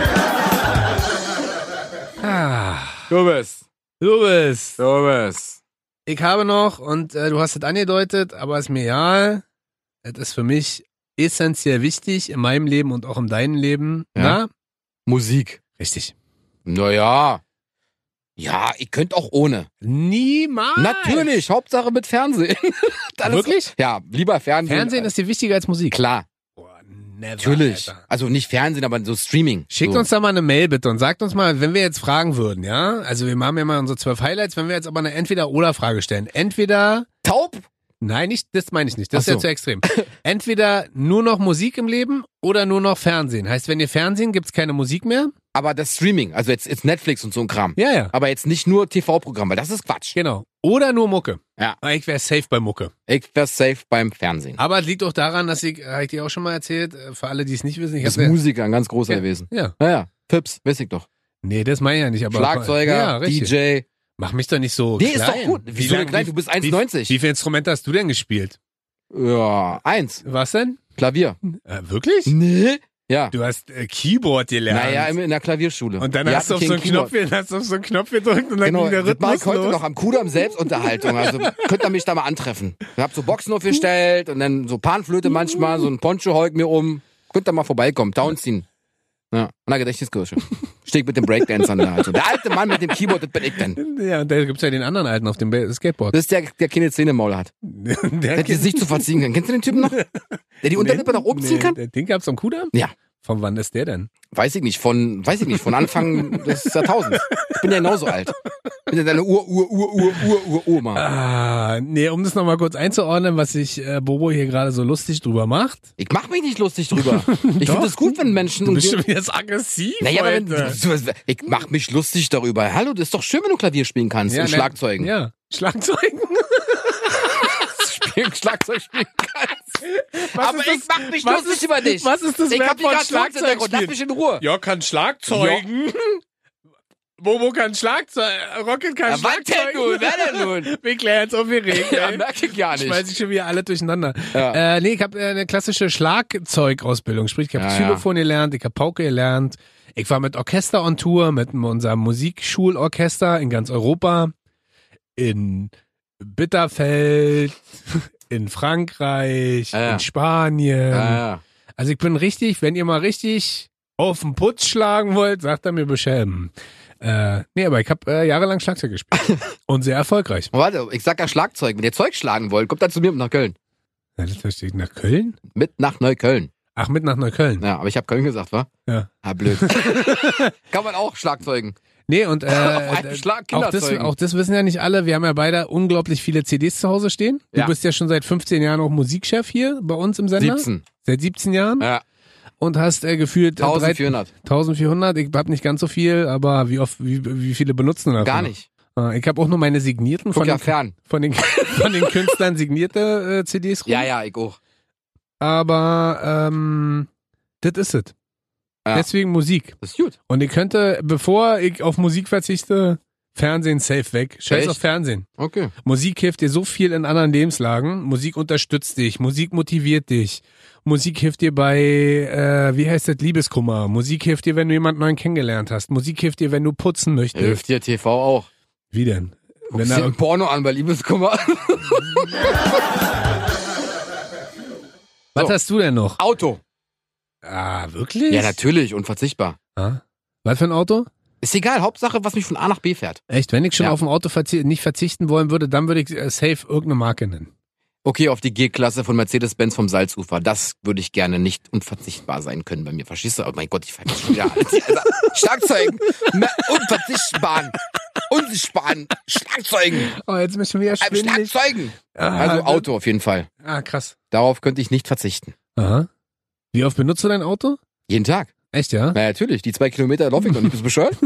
B: Ah,
A: Du bist.
B: du bist.
A: Du bist.
B: Ich habe noch, und äh, du hast es angedeutet, aber ist mir egal. Es ist für mich essentiell wichtig in meinem Leben und auch in deinem Leben.
A: Ja.
B: Na?
A: Musik.
B: Richtig.
A: Naja. Ja, ich könnte auch ohne.
B: Niemals!
A: Natürlich, Hauptsache mit Fernsehen. Dann ist-
B: Wirklich?
A: Ja, lieber Fernsehen.
B: Fernsehen ist dir wichtiger als Musik.
A: klar,
B: Boah, never,
A: natürlich.
B: Alter.
A: Also nicht Fernsehen, aber so Streaming.
B: Schickt
A: so.
B: uns da mal eine Mail bitte und sagt uns mal, wenn wir jetzt fragen würden, ja? Also wir machen ja mal unsere zwölf Highlights, wenn wir jetzt aber eine Entweder-Oder-Frage stellen. Entweder,
A: taub.
B: nein, nicht, das meine ich nicht, das
A: Ach so.
B: ist ja zu extrem. Entweder nur noch Musik im Leben oder nur noch Fernsehen. Heißt, wenn ihr Fernsehen, gibt's keine Musik mehr?
A: Aber das Streaming, also jetzt, jetzt Netflix und so ein Kram.
B: Ja, ja.
A: Aber jetzt nicht nur TV-Programm, weil das ist Quatsch.
B: Genau. Oder nur Mucke.
A: Ja.
B: Aber Ich wäre safe bei Mucke.
A: Ich wär safe beim Fernsehen.
B: Aber es liegt auch daran, dass ich, habe ich dir auch schon mal erzählt, äh, für alle, die es nicht wissen, ich
A: Ist
B: habe
A: Musiker ein ganz großer gewesen.
B: ja.
A: Naja, Pips, weiß ich doch.
B: Nee, das meine ich ja nicht, aber
A: Schlagzeuger,
B: ja, richtig.
A: DJ.
B: Mach mich doch nicht so
A: Nee, ist
B: klein.
A: doch gut. Wieso denn klein? Du bist
B: Wie, wie
A: 1,90.
B: viele Instrumente hast du denn gespielt?
A: Ja, eins.
B: Was denn?
A: Klavier.
B: Äh, wirklich?
A: Nee. Ja.
B: Du hast äh, Keyboard gelernt.
A: Naja, in, in der Klavierschule.
B: und dann
A: Wir
B: hast du, auf
A: hatten
B: so einen
A: kein Keyboard.
B: Knopf, dann hast du auf so einen Knopf gedrückt und dann
A: Genau,
B: ging der
A: das mache
B: Rhythmus
A: ich heute
B: los.
A: noch am Kudam Selbstunterhaltung. Also könnt ihr mich da mal antreffen. Ich hab so Boxen aufgestellt und dann so Panflöte manchmal, so ein Poncho heult mir um. Könnt ihr mal vorbeikommen, downziehen. Ja, an der Gedächtniskirche. Steht mit dem Breakdancern da. Also der alte Mann mit dem Keyboard, das bin ich denn.
B: Ja, und da gibt's ja den anderen Alten auf dem Ba- Skateboard.
A: Das ist der, der keine Zähne im Maul hat.
B: der
A: Der das nicht zu verziehen kann. Kennst du den Typen noch? Der die Unterlippe nach oben ziehen kann?
B: Der, den gab's am Kudamm?
A: Ja.
B: Von wann ist der denn?
A: Weiß ich nicht, von, weiß ich nicht, von Anfang des Jahrtausends. Ich bin ja genauso alt. Ich bin ja deine Ur, Ur, Ur, Ur, Ur, Ur, Oma.
B: Ah, nee, um das nochmal kurz einzuordnen, was sich äh, Bobo hier gerade so lustig drüber macht.
A: Ich mach mich nicht lustig drüber. Ich
B: Doch.
A: finde es gut, wenn Menschen.
B: Du bist schon äh. wieder so aggressiv
A: naja, aber wenn,
B: heute.
A: ich mach mich lustig darüber. Hallo, das ist doch schön, wenn du Klavier spielen kannst und
B: ne-
A: Schlagzeugen.
B: Ja, Schlagzeugen.
A: Spielen, Schlagzeug spielen kannst.
B: Was
A: aber
B: ist
A: ich
B: das-
A: mach mich
B: was
A: lustig
B: ist-
A: über dich.
B: Was ist das
A: ich
B: Wert
A: hab
B: von
A: gerade
B: Schlagzeug
A: Schlagzeug Lass mich in Ruhe.
B: Ja, kann Schlagzeugen. Bobo kann Schlagzeug. Rocket kann
A: Ja, was denn nun?
B: Schlagzeug.
A: Wer denn nun?
B: Wir klären jetzt aufgeregt.
A: Ja,
B: ey.
A: merk ich gar nicht.
B: Schmeiß ich schon wieder alle durcheinander.
A: Ja.
B: Äh, nee, ich habe äh, eine klassische Schlagzeugausbildung. Sprich, ich habe
A: Ja,
B: Xylophon gelernt, ich habe Pauke gelernt. Ich war mit Orchester on Tour, mit m- unserem Musikschulorchester in ganz Europa, in Bitterfeld, in Frankreich,
A: Ja, ja.
B: in Spanien.
A: Ja,
B: Also ich bin richtig, wenn ihr mal richtig auf den Putz schlagen wollt, sagt er mir beschämen. Äh, nee, aber ich habe äh, jahrelang Schlagzeug gespielt. und sehr erfolgreich.
A: Warte, ich sag ja Schlagzeug. Wenn ihr Zeug schlagen wollt, kommt dann zu mir nach Köln.
B: Na, das verstehe ich. Nach Köln?
A: Mit nach Neukölln.
B: Ach, mit nach Neukölln.
A: Ja, aber ich habe Köln gesagt, wa?
B: Ja.
A: Ah, blöd. Kann man auch Schlagzeugen.
B: Nee, und äh,
A: Auf einen
B: äh,
A: Schlag
B: auch,
A: Kinder
B: das,
A: zeugen.
B: auch das wissen ja nicht alle. Wir haben ja beide unglaublich viele CDs zu Hause stehen. Du
A: Ja.
B: bist ja schon seit 15 Jahren auch Musikchef hier bei uns im Sender.
A: 17.
B: Seit 17 Jahren.
A: Ja,
B: Und hast äh, gefühlt äh, drei-
A: 1400.
B: 1400. Ich hab nicht ganz so viel, aber wie oft, wie, wie viele benutzen davon?
A: Gar nicht.
B: Äh, Ich habe auch nur meine signierten
A: Guck
B: von
A: ja
B: den,
A: fern.
B: von den, von den Künstlern signierte äh, CDs rum.
A: Ja, ja, ich auch.
B: Aber ähm, das ist es.
A: Ja.
B: Deswegen Musik.
A: Das ist gut.
B: Und ich könnte, bevor ich auf Musik verzichte, Fernsehen safe weg. Scheiß
A: Echt?
B: auf Fernsehen.
A: Okay.
B: Musik hilft dir so viel in anderen Lebenslagen. Musik unterstützt dich. Musik motiviert dich. Musik hilft dir bei, äh, wie heißt das, Liebeskummer. Musik hilft dir, wenn du jemanden neuen kennengelernt hast. Musik hilft dir, wenn du putzen möchtest.
A: Hilft dir TV auch.
B: Wie denn? Wenn
A: Guckst
B: da
A: dir ein Porno an bei Liebeskummer.
B: was hast du denn noch?
A: Auto.
B: Ah, wirklich?
A: Ja, natürlich, unverzichtbar.
B: Ah. Was für ein Auto?
A: Ist egal, Hauptsache, was mich von A nach B fährt.
B: Echt, wenn ich schon
A: Ja.
B: auf ein Auto verzi nicht verzichten wollen würde, dann würde ich äh, safe irgendeine Marke nennen.
A: Okay, auf die G-Klasse von Mercedes-Benz vom Salzufer. Das würde ich gerne nicht unverzichtbar sein können bei mir. Verstehst du? Oh mein Gott, ich vergesse schon wieder alles. Also, Schlagzeugen. Me- Unverzichtbaren. Unsichtbaren. Schlagzeugen.
B: Oh, jetzt bin ich schon wieder
A: Äh,
B: schwindelig.
A: Schlagzeugen.
B: Ah,
A: Also
B: das-
A: Auto auf jeden Fall.
B: Ah, krass.
A: Darauf könnte ich nicht verzichten.
B: Aha. Wie oft benutzt du dein Auto?
A: Jeden Tag.
B: Echt, ja?
A: Na natürlich, die zwei Kilometer laufe ich noch nicht. Bist du bescheuert?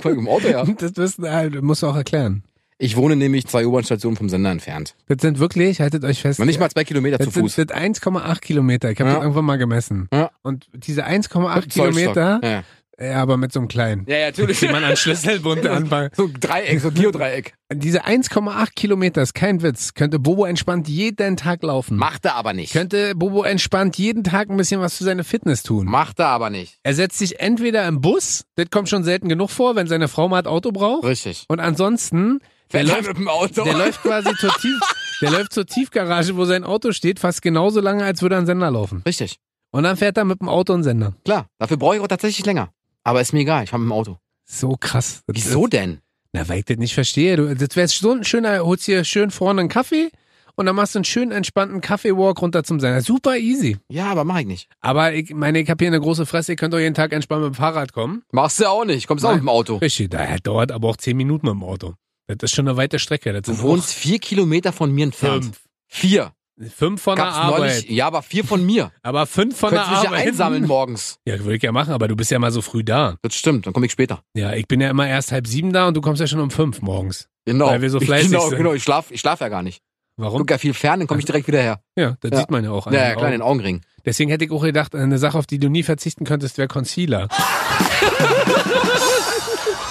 A: Voll im Auto, ja.
B: Das wissen, ah, das musst du auch erklären.
A: Ich wohne nämlich zwei U-Bahn-Stationen vom Sender entfernt.
B: Das sind wirklich, haltet euch fest.
A: Noch nicht mal zwei Kilometer zu
B: das sind,
A: Fuß.
B: sind 1,8 Kilometer. Ich habe
A: Ja.
B: das irgendwann mal gemessen.
A: Ja.
B: Und diese 1,8
A: Mit Zollstock.
B: Kilometer,
A: Ja,
B: ja, aber mit so einem kleinen,
A: ja natürlich.
B: die man an Schlüsselbund anpackt.
A: So ein Dreieck, so ein Geodreieck.
B: Diese 1,8 Kilometer ist kein Witz. Könnte Bobo entspannt jeden Tag laufen.
A: Macht er aber nicht.
B: Könnte Bobo entspannt jeden Tag ein bisschen was für seine Fitness tun.
A: Macht er aber nicht.
B: Er setzt sich entweder im Bus, das kommt schon selten genug vor, wenn seine Frau mal ein Auto braucht.
A: Richtig.
B: Und ansonsten, der
A: Fährt er
B: läuft,
A: mit dem Auto.
B: der läuft quasi zur Tief, der läuft zur Tiefgarage, wo sein Auto steht, fast genauso lange, als würde er einen Sender laufen.
A: Richtig.
B: Und dann fährt er mit dem Auto einen Sender.
A: Klar. Dafür brauche ich auch tatsächlich länger. Aber ist mir egal, ich habe ein Auto.
B: So krass. Das
A: Wieso
B: Ist,
A: denn?
B: Na, weil ich das nicht verstehe. Du, das wäre so ein schöner, holst hier schön vorne einen Kaffee und dann machst du einen schönen, entspannten Kaffee-Walk runter zum Sender. Super easy.
A: Ja, aber mach ich nicht.
B: Aber ich meine, ich habe hier eine große Fresse, ihr könnt doch jeden Tag entspannt mit dem Fahrrad kommen.
A: Machst du auch nicht. Kommst auch
B: Nein.
A: mit dem Auto.
B: Richtig, da dauert aber auch zehn Minuten mit dem Auto. Das ist schon eine weite Strecke. Das
A: Du
B: sind
A: wohnst vier Kilometer von mir
B: auch
A: entfernt.
B: fünf.
A: Vier.
B: Fünf von der
A: Gab's
B: Arbeit.
A: neulich. Ja, aber vier von mir.
B: Aber fünf von
A: Könntest
B: der
A: mich ja
B: Arbeit.
A: einsammeln morgens.
B: Ja, würde ich ja machen, aber du bist ja mal so früh da.
A: Das stimmt, dann komme ich später.
B: Ja, ich bin ja immer erst halb sieben da und du kommst ja schon um fünf morgens.
A: Genau.
B: Weil wir so
A: Ich-
B: fleißig
A: genau,
B: sind.
A: Genau, ich schlaf, ich schlaf ja gar nicht.
B: Warum?
A: Guck ja viel fern, dann komme ich direkt wieder her.
B: Ja, das
A: Ja.
B: sieht man Oh, ja auch. an
A: Ja,
B: den
A: ja, klar,
B: Augen.
A: den Augenring.
B: Deswegen hätte ich auch gedacht, eine Sache, auf die du nie verzichten könntest, wäre Concealer.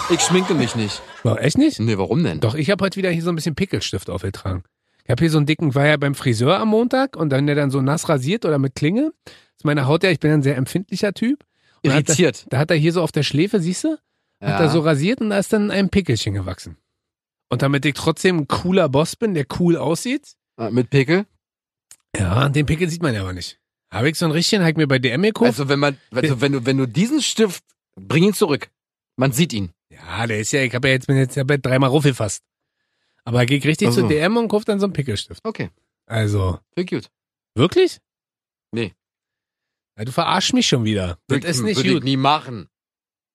A: Ich schminke mich nicht.
B: War echt nicht?
A: Nee, warum denn?
B: Doch, ich habe heute wieder hier so ein bisschen Pickelstift aufgetragen. Ich habe hier so einen dicken, war ja beim Friseur am Montag und dann der dann so nass rasiert oder mit Klinge. Ist meine Haut ja, ich bin ein sehr empfindlicher Typ. Und hat er,
A: Irritiert.
B: da hat er hier so auf der Schläfe, siehst du, hat
A: Ja.
B: er so rasiert und da ist dann ein Pickelchen gewachsen. Und damit ich trotzdem ein cooler Boss bin, der cool aussieht.
A: Äh, Mit Pickel?
B: Ja, und den Pickel sieht man ja aber nicht. Habe ich so einen richtigen, habe ich mir bei DM gekauft.
A: Also wenn man, also wenn du, wenn du diesen Stift, bring ihn zurück. Man sieht ihn.
B: Ja, der ist ja, ich habe ja jetzt, bin jetzt, ich hab ja dreimal ruffgefasst. Aber geh ich richtig
A: Ach so.
B: zu DM und kauf dann so einen Pickelstift.
A: Okay,
B: Also,
A: sehr gut.
B: wirklich?
A: Nee.
B: Ja, du verarsch mich schon wieder. Das
A: Würd-
B: ist nicht
A: würd Ich
B: gut.
A: nie machen.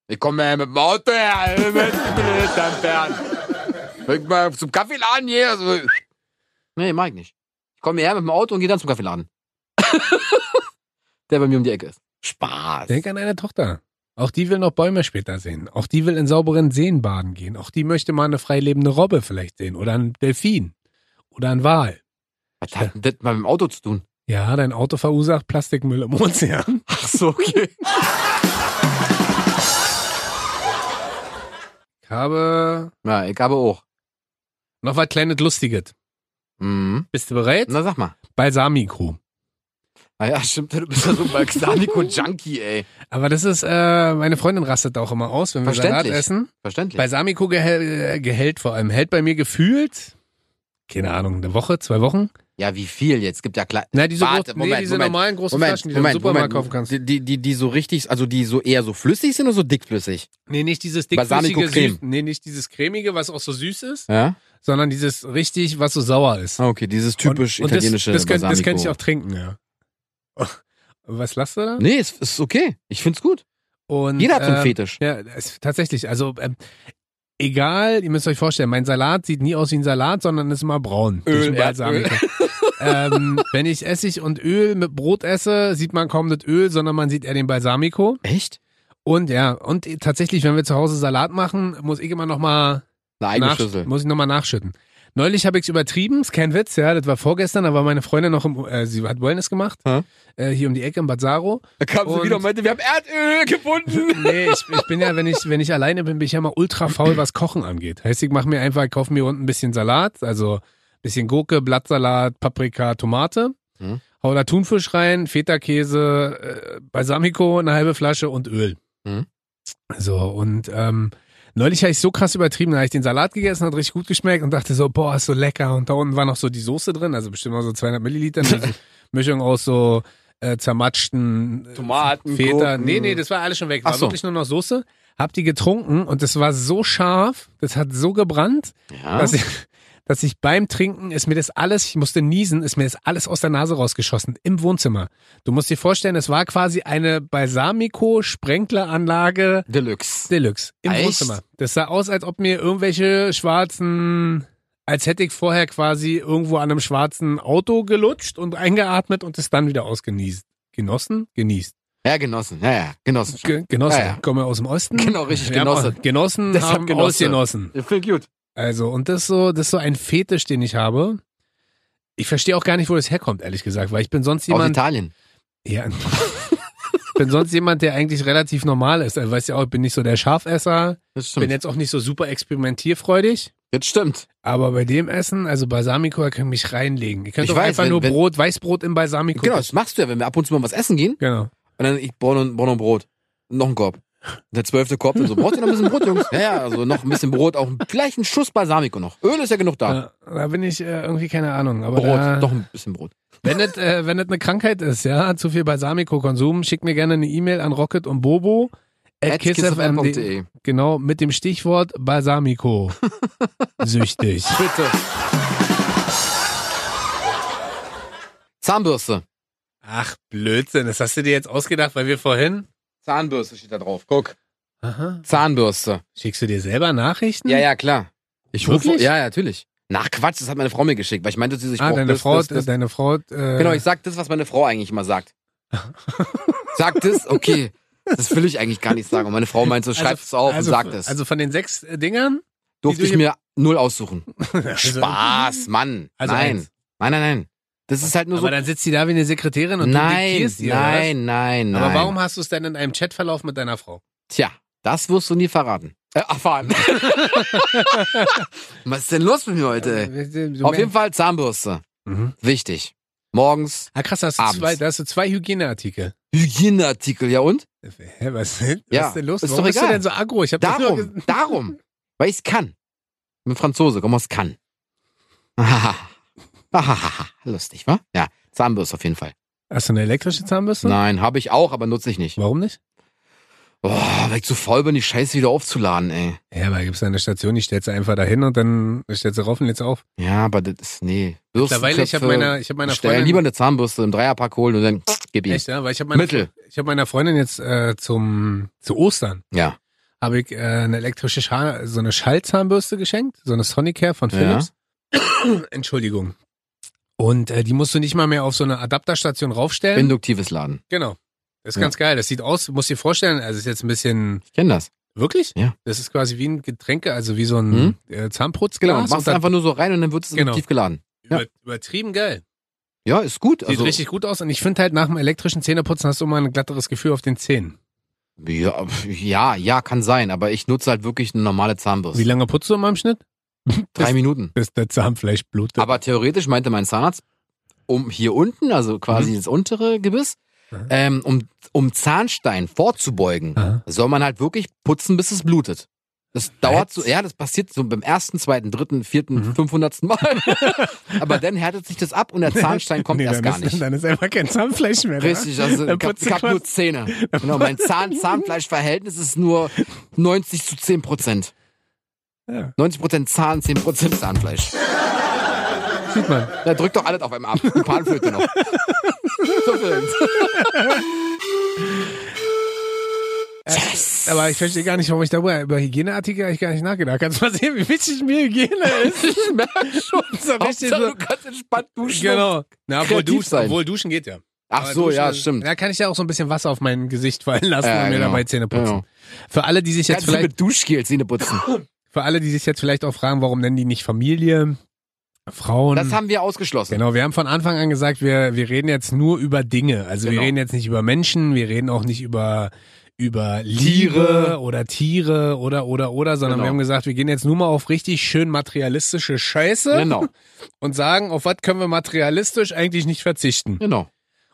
A: Ich komme ja mit dem Auto her. Ich bin nicht dann fern. Wenn ich mal zum Kaffeeladen gehe. Also nee, mach ich nicht. Ich komme her mit dem Auto und gehe dann zum Kaffeeladen. Der bei mir um die Ecke ist. Spaß.
B: Denk an deine Tochter. Auch die will noch Bäume später sehen. Auch die will in sauberen Seen baden gehen. Auch die möchte mal eine freilebende Robbe vielleicht sehen. Oder einen Delfin. Oder einen Wal.
A: Was hat denn das mal mit dem Auto zu tun?
B: Ja, dein Auto verursacht Plastikmüll im Ozean.
A: Ach so, okay.
B: Ich habe
A: Na, ich habe auch.
B: noch was kleines Lustiges.
A: Mhm.
B: Bist du bereit?
A: Na, sag mal.
B: Balsamico.
A: Ah ja, stimmt, du bist ja so ein Balsamico-Junkie, ey.
B: Aber das ist, äh, meine Freundin rastet auch immer aus, wenn wir Salat
A: Verständlich.
B: essen.
A: Verständlich.
B: Balsamico gehält, äh, gehält vor allem. Hält bei mir gefühlt, keine Ahnung, eine Woche, zwei Wochen.
A: ja, wie viel jetzt? Gibt ja klar.
B: Na, diese,
A: Warte,
B: großen- nee,
A: Moment,
B: diese
A: Moment,
B: normalen großen Flaschen, die du im
A: Moment,
B: Supermarkt kaufen kannst.
A: Die, die, die, die so richtig, also die so eher so flüssig sind oder so dickflüssig?
B: Nee, nicht dieses
A: Balsamico
B: dickflüssige,
A: Creme.
B: süß, nee, nicht dieses cremige, was auch so süß ist,
A: Ja.
B: sondern dieses richtig, was so sauer ist.
A: Ah, Okay, dieses typisch
B: und, und
A: italienische
B: Das, das, könnt, das
A: Balsamico.
B: könnte ich auch trinken, ja. Was lasst du da?
A: Nee, es ist, okay. Ich find's gut.
B: Und,
A: Jeder hat so einen
B: ähm,
A: Fetisch.
B: Ja, es, tatsächlich. Also ähm, egal, ihr müsst euch vorstellen, mein Salat sieht nie aus wie ein Salat, sondern ist immer braun.
A: Öl,
B: durch den
A: Erdöl.
B: Balsamico. ähm, wenn ich Essig und Öl mit Brot esse, sieht man kaum das Öl, sondern man sieht eher den Balsamico.
A: Echt?
B: Und ja, und tatsächlich, wenn wir zu Hause Salat machen, muss ich immer nochmal
A: Eine eigene
B: nach,
A: Schüssel.
B: muss ich noch mal nachschütten. Neulich habe ich es übertrieben, ist kein Witz, ja, das war vorgestern, da war meine Freundin noch im, äh, sie hat Wellness gemacht,
A: Hä?
B: äh, hier um die Ecke im Bad Saro.
A: Da kam
B: und-
A: meinte, wir haben Erdöl gefunden.
B: Nee, ich, ich bin ja, wenn ich, wenn ich alleine bin, bin ich ja mal ultra faul, was Kochen angeht. Heißt, ich mache mir einfach, kaufe mir unten ein bisschen Salat, also ein bisschen Gurke, Blattsalat, Paprika, Tomate,
A: Hm.
B: hau da Thunfisch rein, Feta-Käse, äh, Balsamico, eine halbe Flasche und Öl.
A: Hm.
B: So, und ähm, neulich habe ich so krass übertrieben, da habe ich den Salat gegessen, hat richtig gut geschmeckt und dachte so, boah, ist so lecker. Und da unten war noch so die Soße drin, also bestimmt noch so 200 Milliliter, eine Mischung aus so äh, zermatschten äh,
A: Tomaten,
B: Feta.
A: Gurken.
B: Nee, nee, das war alles schon weg.
A: Ach
B: War
A: so.
B: wirklich nur noch Soße. Hab die getrunken und es war so scharf, das hat so gebrannt,
A: Ja.
B: dass, ich, dass ich beim Trinken ist mir das alles, ich musste niesen, ist mir das alles aus der Nase rausgeschossen im Wohnzimmer. Du musst dir vorstellen, es war quasi eine Balsamico-Sprenkleranlage
A: Deluxe.
B: Deluxe im
A: Echt?
B: Wohnzimmer. Das sah aus, als ob mir irgendwelche schwarzen, als hätte ich vorher quasi irgendwo an einem schwarzen Auto gelutscht und eingeatmet und es dann wieder ausgenießt. Genossen? Genießt.
A: Ja, genossen. Ja, ja, genossen.
B: Ge Genossen.
A: Ja, ja.
B: Komme aus dem Osten.
A: Genau, richtig,
B: Wir haben
A: Genosse.
B: auch- Genossen
A: Deshalb
B: haben
A: Genosse.
B: ausgenossen.
A: Ich find gut.
B: Also, und das ist so, das ist so ein Fetisch, den ich habe. Ich verstehe auch gar nicht, wo das herkommt, ehrlich gesagt, weil ich bin sonst
A: Aus
B: jemand.
A: Italien.
B: Ja. Ich bin sonst jemand, der eigentlich relativ normal ist. Also, weißt ja auch, ich bin nicht so der Schafesser,
A: Das
B: bin
A: stimmt.
B: jetzt auch nicht so super experimentierfreudig.
A: Das stimmt.
B: Aber bei dem Essen, also Balsamico, ihr könnt mich reinlegen. Ihr könnt
A: Ich
B: doch
A: weiß,
B: einfach
A: wenn-
B: nur
A: wenn-
B: Brot, Weißbrot im Balsamico.
A: Genau, das machst du ja, wenn wir ab und zu mal was essen gehen.
B: genau.
A: Und dann ich brauche noch, brauch noch Brot. Noch ein Korb. Der zwölfte Korb, dann so, braucht ihr noch ein bisschen Brot, Jungs? Ja, ja, also noch ein bisschen Brot, auch vielleicht einen Schuss Balsamico noch. Öl ist ja genug da.
B: Ja, da bin ich äh, irgendwie keine Ahnung. Aber
A: Brot,
B: da,
A: doch ein bisschen Brot.
B: Wenn das äh, wenn das eine Krankheit ist, ja, zu viel Balsamico-Konsum, schickt mir gerne eine E-Mail an Rocket und Bobo at kissfm.de.
A: kissfm.de.
B: Genau, mit dem Stichwort Balsamico. Süchtig.
A: Bitte. Zahnbürste.
B: Ach, Blödsinn. Das hast du dir jetzt ausgedacht, weil wir vorhin.
A: Zahnbürste steht da drauf. Guck.
B: Aha.
A: Zahnbürste.
B: Schickst du dir selber Nachrichten?
A: Ja, ja, klar. Ich rufe.
B: Wirklich?
A: Ja, ja, natürlich. Nach Quatsch, das hat meine Frau mir geschickt, weil ich meinte, sie ich
B: Ah,
A: brauch
B: deine
A: das,
B: Frau,
A: das, das,
B: deine Frau. Äh,
A: Genau, ich sag das, was meine Frau eigentlich immer sagt. Sagt es? Okay. Das will ich eigentlich gar nicht sagen. Und meine Frau meint so, schreibt es auf
B: also,
A: und sagt es.
B: Also von den sechs äh, Dingern.
A: Durfte
B: die
A: ich
B: du
A: mir null aussuchen.
B: Also-
A: Spaß, Mann.
B: Also
A: nein.
B: eins.
A: Nein, nein, nein. Das ist halt nur
B: Aber dann sitzt sie da wie eine Sekretärin
A: so.
B: und du
A: Nein,
B: diktierst ihr. oder was?
A: nein, nein, nein.
B: Aber warum hast du es denn in einem Chatverlauf mit deiner Frau?
A: Tja, das wirst du nie verraten. Äh, erfahren. Was ist denn los mit mir heute?
B: Äh,
A: ey? Auf jeden Fall Zahnbürste.
B: Mhm.
A: Wichtig. Morgens.
B: Ah, krass, da hast du
A: Abends.
B: zwei, da hast du zwei Hygieneartikel.
A: Hygieneartikel, ja und?
B: Hä, was, denn?
A: Ja,
B: was ist denn los?
A: ist
B: Warum
A: doch
B: bist du
A: egal.
B: denn so aggro? Ich hab das nur
A: Darum,
B: ges-
A: darum. Weil ich es kann. Ich bin Franzose, komm aus Kann. Lustig, wa? Ja, Zahnbürste auf jeden Fall.
B: Hast du eine elektrische Zahnbürste?
A: Nein, habe ich auch, aber nutze ich nicht.
B: Warum nicht?
A: Boah, weil ich zu faul bin, die Scheiße wieder aufzuladen, ey.
B: Ja, aber gibt es eine Station, die stellst du einfach dahin und dann stellst du rauf und lädst auf.
A: Ja, aber das ist, nee.
B: Mittlerweile, ich habe meiner, ich hab meiner
A: Stell
B: Freundin...
A: lieber eine Zahnbürste im Dreierpack holen und dann gib ihm.
B: echt, ja, weil ich habe meiner,
A: Mittel.
B: ich hab meiner Freundin jetzt äh, zum zu Ostern
A: Ja.
B: habe ich äh, eine elektrische Scha so eine Schallzahnbürste geschenkt, so eine Sonicare von Philips. Entschuldigung. Und äh, die musst du nicht mal mehr auf so eine Adapterstation raufstellen.
A: Induktives Laden.
B: genau. Das ist
A: Ja.
B: ganz geil. Das sieht aus, musst dir vorstellen, also ist jetzt ein bisschen
A: Ich kenne das.
B: wirklich?
A: Ja.
B: Das ist quasi wie ein Getränke, also wie so ein
A: Mhm.
B: äh,
A: Genau,
B: Zahnputzglas.
A: machst
B: und
A: einfach nur so rein und dann wird es
B: Genau.
A: induktiv geladen.
B: dann über, übertrieben geil.
A: Ja, ist gut.
B: Sieht
A: Also,
B: richtig gut aus. Und ich finde halt, nach dem elektrischen Zähneputzen hast du immer ein glatteres Gefühl auf den Zähnen.
A: ja, pf, ja, ja, kann sein, aber ich nutze halt wirklich eine normale
B: Wie
A: Zahnbürste.
B: lange putzt du immer im Schnitt?
A: Drei
B: das-
A: Minuten.
B: Bis der Zahnfleisch blutet.
A: Aber theoretisch meinte mein Zahnarzt, um hier unten, also quasi das untere Gebiss,
B: Mhm.
A: ähm, um, um Zahnstein vorzubeugen,
B: Aha.
A: soll man halt wirklich putzen, bis es blutet. Das dauert so,
B: Jetzt?
A: ja, das passiert so beim ersten, zweiten, dritten, vierten,
B: Mhm.
A: fünfhundertsten Mal. aber dann härtet sich das ab und der Zahnstein kommt
B: Nee,
A: erst
B: dann
A: gar
B: ist,
A: nicht.
B: Dann ist einfach kein Zahnfleisch mehr.
A: Richtig, also
B: Dann
A: ich hab,
B: putzt
A: ich
B: du
A: hab nur
B: quasi-
A: Zähne. Genau, mein Zahn Zahnfleischverhältnis ist nur 90 zu 10 Prozent.
B: Oder? Ja,
A: 90 Prozent Zahn, 10 Prozent Zahnfleisch.
B: sieht man.
A: Da drückt doch alles auf einem ab. Die Panflöte noch. So film's. yes.
B: Aber ich verstehe gar nicht, warum ich darüber über Hygieneartikel eigentlich gar nicht nachgedacht habe. Kannst du mal sehen, wie wichtig mir Hygiene ist?
A: Ich merke schon.
B: So richtig
A: Hauptsache, du
B: so-
A: kannst entspannt duschen.
B: genau. Na, obwohl,
A: kreativ
B: duschen,
A: sein.
B: obwohl duschen geht ja.
A: Ach
B: Aber
A: so,
B: duschen,
A: ja, stimmt.
B: Da kann ich ja auch so ein bisschen Wasser auf mein Gesicht fallen lassen
A: Ja,
B: und mir
A: genau.
B: dabei Zähne putzen.
A: Genau.
B: Für alle, die sich jetzt
A: Kannst du
B: vielleicht,
A: mit Duschgel Zähne putzen.
B: für alle, die sich jetzt vielleicht auch fragen, warum nennen die nicht Familie, Frauen?
A: Das haben wir ausgeschlossen.
B: Genau, wir haben von Anfang an gesagt, wir, wir reden jetzt nur über Dinge. Also wir
A: Genau.
B: reden jetzt nicht über Menschen, wir reden auch nicht über,
A: Tiere.
B: über Liebe oder Tiere oder, oder, oder, sondern
A: Genau.
B: wir haben gesagt, wir gehen jetzt nur mal auf richtig schön materialistische Scheiße
A: Genau.
B: und sagen, auf was können wir materialistisch eigentlich nicht verzichten.
A: Genau.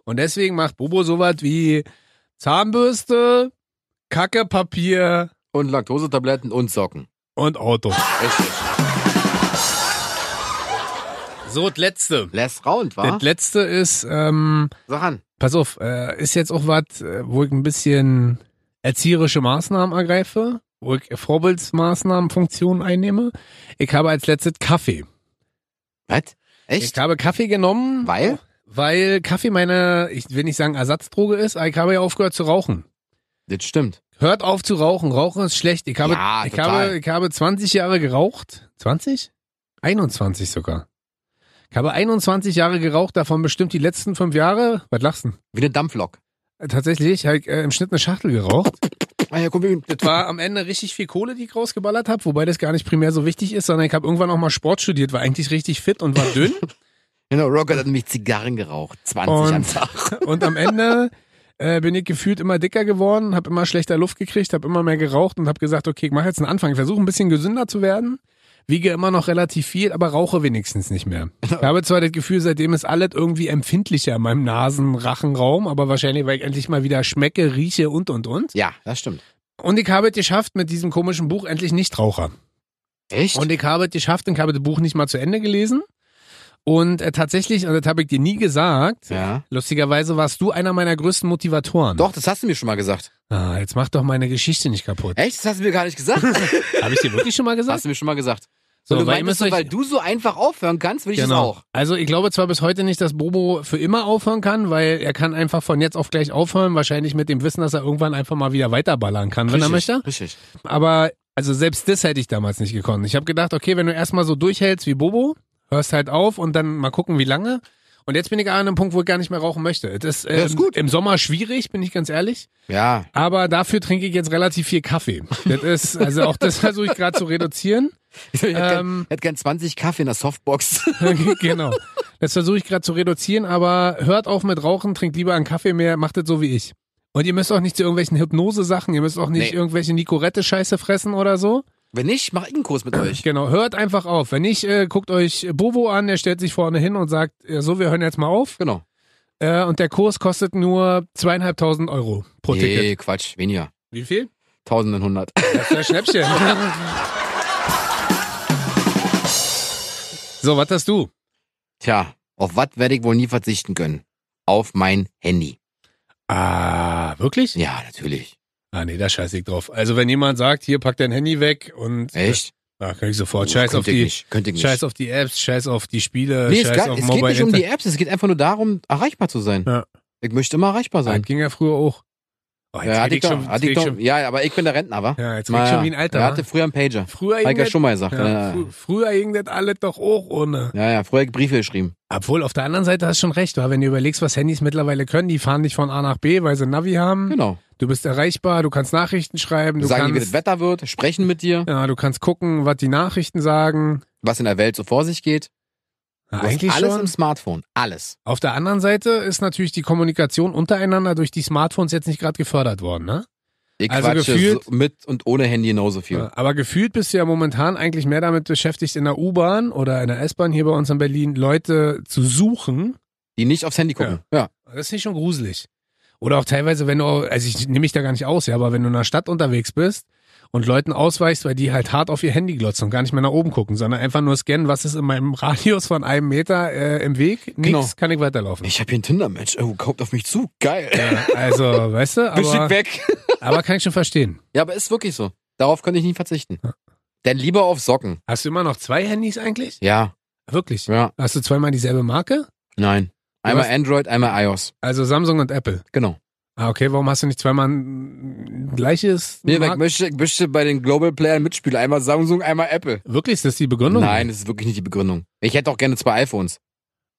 B: Und deswegen macht Bobo sowas wie Zahnbürste, Kacke, Papier
A: Und Laktosetabletten und Socken.
B: und Auto.
A: Richtig.
B: So, das letzte.
A: Last round, wa?
B: Das letzte ist, ähm,
A: Sag an.
B: Pass auf, äh, ist jetzt auch was, äh, wo ich ein bisschen erzieherische Maßnahmen ergreife, wo ich Vorbildsmaßnahmen, Funktionen einnehme. Ich habe als letztes Kaffee.
A: Was? Echt?
B: Ich habe Kaffee genommen,
A: Weil?
B: weil Kaffee meine, ich will nicht sagen Ersatzdroge ist, aber ich habe ja aufgehört zu rauchen.
A: Das stimmt.
B: Hört auf zu rauchen, Rauchen ist schlecht. Ich habe,
A: Ja,
B: ich
A: total.
B: habe, ich habe 20 Jahre geraucht. 20? 21 sogar. Ich habe 21 Jahre geraucht, davon bestimmt die letzten fünf Jahre. Was lachst du?
A: Wie eine Dampflok.
B: denn? Tatsächlich, habe ich äh, im Schnitt eine Schachtel geraucht.
A: Ah ja, komm, wir
B: Das war am Ende richtig viel Kohle, die ich rausgeballert habe, wobei das gar nicht primär so wichtig ist, sondern ich habe irgendwann auch mal Sport studiert, war eigentlich richtig fit und war dünn.
A: Genau, Rocket hat nämlich Zigarren geraucht. 20 am
B: Und-
A: Tag.
B: Und am Ende äh, bin ich gefühlt immer dicker geworden, habe immer schlechter Luft gekriegt, habe immer mehr geraucht und habe gesagt, okay, ich mache jetzt einen Anfang, ich versuche ein bisschen gesünder zu werden, wiege immer noch relativ viel, aber rauche wenigstens nicht mehr. Ich habe zwar das Gefühl, seitdem ist alles irgendwie empfindlicher in meinem Nasen-Rachenraum, aber wahrscheinlich, weil ich endlich mal wieder schmecke, rieche und, und, und.
A: Ja, das stimmt.
B: Und ich habe es geschafft mit diesem komischen Buch, endlich Nichtraucher.
A: Echt?
B: Und ich habe es geschafft und ich habe das Buch nicht mal zu Ende gelesen. Und äh, tatsächlich, und das habe ich dir nie gesagt,
A: Ja.
B: lustigerweise warst du einer meiner größten Motivatoren.
A: Doch, das hast du mir schon mal gesagt.
B: Ah, jetzt mach doch meine Geschichte nicht kaputt.
A: Echt? Das hast du mir gar nicht gesagt.
B: Habe ich dir wirklich schon mal gesagt?
A: Äh. hast du mir schon mal gesagt.
B: So,
A: und du
B: weil ihr
A: meintest,
B: müsst euch-
A: so, weil du so einfach aufhören kannst, will ich
B: genau.
A: das auch.
B: Also ich glaube zwar bis heute nicht, dass Bobo für immer aufhören kann, weil er kann einfach von jetzt auf gleich aufhören, wahrscheinlich mit dem Wissen, dass er irgendwann einfach mal wieder weiterballern kann, wenn er möchte.
A: Richtig.
B: Aber also selbst das hätte ich damals nicht gekonnt. Ich habe gedacht, okay, wenn du erstmal so durchhältst wie Bobo, hörst halt auf und dann mal gucken, wie lange. Und jetzt bin ich an einem Punkt, wo ich gar nicht mehr rauchen möchte. Es ist, äh,
A: Ja, ist gut.
B: im Sommer schwierig, bin ich ganz ehrlich.
A: Ja.
B: Aber dafür trinke ich jetzt relativ viel Kaffee. Das ist, also auch das versuche ich gerade zu reduzieren.
A: Ich hätte
B: Ähm.
A: gern, hätt gern 20 Kaffee in der Softbox.
B: genau. Das versuche ich gerade zu reduzieren, aber hört auf mit Rauchen, trinkt lieber einen Kaffee mehr, macht das so wie ich. Und ihr müsst auch nicht zu irgendwelchen Hypnose-Sachen, ihr müsst auch nicht
A: Nee.
B: irgendwelche Nicorette-Scheiße fressen oder so.
A: Wenn nicht, mach ich einen Kurs mit euch.
B: Genau, hört einfach auf. Wenn nicht, äh, guckt euch Bobo an, der stellt sich vorne hin und sagt, äh, so, wir hören jetzt mal auf.
A: Genau.
B: Äh, und der Kurs kostet nur zweieinhalbtausend Euro pro Ticket.
A: Nee, Quatsch, weniger.
B: Wie viel?
A: 1100.
B: Das ist ein Schnäppchen. so, was hast du?
A: Tja, auf was werde ich wohl nie verzichten können? Auf mein Handy.
B: Ah, wirklich?
A: Ja, natürlich.
B: Ah nee, da scheiße ich drauf. Also wenn jemand sagt, hier pack dein Handy weg und
A: Echt?
B: da kann ich sofort Oh, scheiß
A: Könnte
B: auf
A: ich
B: die
A: nicht. Könnte ich nicht.
B: scheiß auf die Apps, scheiß auf die Spiele,
A: Nee, es,
B: scheiß
A: gar,
B: auf
A: es geht
B: Mobile
A: nicht um die
B: Internet.
A: Apps, es geht einfach nur darum, erreichbar zu sein.
B: Ja.
A: Ich möchte immer erreichbar
B: Das
A: sein.
B: Ah, ging ja früher auch. Oh, jetzt
A: Ja,
B: red
A: hatte
B: ich
A: ich
B: schon,
A: doch,
B: jetzt
A: hatte
B: red
A: ich
B: ich
A: doch.
B: schon,
A: Ja, aber ich bin der Rentner, wa?
B: ja, jetzt red
A: Mal-
B: ich schon wie ein Alter.
A: Er
B: wa?
A: hatte früher einen Pager.
B: früher
A: Hab ich ja
B: irgendet-
A: schon mal gesagt. Ja,
B: ja,
A: ja,
B: frü- früher irgendet alle doch auch ohne.
A: äh, ja, ja früher hab ich Briefe geschrieben.
B: Obwohl, auf der anderen Seite hast du schon recht, wa? wenn du überlegst, was Handys mittlerweile können, die fahren dich von A nach B, weil sie ein Navi haben.
A: Genau.
B: Du bist erreichbar, du kannst Nachrichten schreiben, Hm. du
A: Sagen dir, wie das
B: kannst,
A: Wetter wird, sprechen mit dir,
B: ja, du kannst gucken, was die Nachrichten sagen.
A: was in der Welt so vor sich geht.
B: Ja,
A: Du hast
B: eigentlich
A: alles
B: schon.
A: im Smartphone. Alles.
B: Auf der anderen Seite ist natürlich die Kommunikation untereinander durch die Smartphones jetzt nicht gerade gefördert worden, ne?
A: Ich
B: Also
A: quatsche
B: gefühlt-
A: so mit und ohne Handy genauso viel.
B: Ja, Aber gefühlt bist du ja momentan eigentlich mehr damit beschäftigt, in der U-Bahn oder in der S-Bahn hier bei uns in Berlin Leute zu suchen.
A: Die nicht aufs Handy gucken. Ja.
B: Das ist nicht schon gruselig. Oder auch teilweise, wenn du, also ich nehme mich da gar nicht aus, ja, aber wenn du in der Stadt unterwegs bist und Leuten ausweichst, weil die halt hart auf ihr Handy glotzen und gar nicht mehr nach oben gucken, sondern einfach nur scannen, was ist in meinem Radius von einem Meter äh, im Weg. Nix,
A: Genau.
B: kann ich weiterlaufen.
A: Ich habe hier einen Tinder-Match. Oh, kommt auf mich zu. Geil.
B: Ja, also, weißt du,
A: Geschickt
B: aber,
A: weg.
B: aber kann ich schon verstehen.
A: Ja, aber ist wirklich so. Darauf könnte ich nicht verzichten. Denn lieber auf Socken.
B: Hast du immer noch zwei Handys eigentlich?
A: Ja,
B: Wirklich?
A: ja.
B: Hast du zweimal dieselbe Marke?
A: Nein. Einmal
B: hast-
A: Android, einmal iOS.
B: Also Samsung und Apple.
A: Genau.
B: Ah, okay, warum hast du nicht zweimal ein gleiches?
A: Nee, weil ich
B: Mark-
A: möchte, ich möchte bei den Global Playern mitspielen. Einmal Samsung, einmal Apple.
B: Wirklich, ist das die Begründung?
A: Nein, das ist wirklich nicht die Begründung. Ich hätte auch gerne zwei iPhones.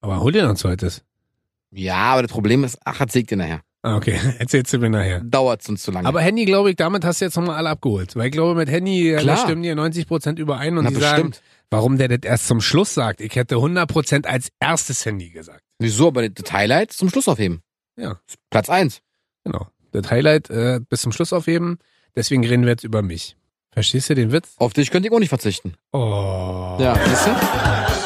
B: Aber hol dir noch ein zweites.
A: Ja, aber das Problem ist, ach, das sägt dir nachher.
B: Ah, okay, erzählst du mir nachher.
A: Dauert uns zu lange.
B: Aber Handy, glaube ich, damit hast du jetzt nochmal alle abgeholt. Weil ich glaube, mit Handy äh, da
A: Klar.
B: stimmen dir 90% überein und
A: Na,
B: die sagen,
A: bestimmt.
B: warum der das erst zum Schluss sagt. Ich hätte 100% als erstes Handy gesagt.
A: Wieso? Aber das Highlight zum Schluss aufheben.
B: Ja.
A: Platz eins.
B: Genau. Das Highlight äh, bis zum Schluss aufheben. Deswegen reden wir jetzt über mich. Verstehst du den Witz?
A: Auf dich könnte ich auch nicht verzichten.
B: Oh.
A: Ja, weißt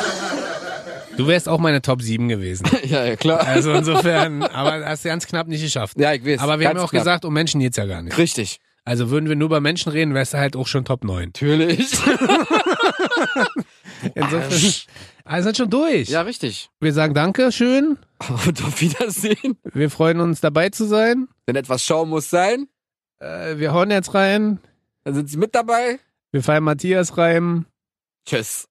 B: Du wärst auch meine Top 7 gewesen.
A: du? ja, ja, klar.
B: Also insofern, aber hast du ganz knapp nicht geschafft.
A: ja, ich weiß.
B: Aber wir haben
A: Ganz
B: ja auch
A: knapp.
B: gesagt, um Menschen geht's ja gar nicht.
A: Richtig.
B: Also würden wir nur über Menschen reden, wärst du halt auch schon Top 9.
A: Natürlich.
B: Insofern, also sind schon durch.
A: ja, richtig.
B: Wir sagen danke, schön.
A: Und auf Wiedersehen.
B: Wir freuen uns dabei zu sein.
A: Wenn etwas Schau muss sein,
B: Äh, wir hauen jetzt rein.
A: dann sind Sie mit dabei.
B: Wir feiern Matthias rein.
A: Tschüss.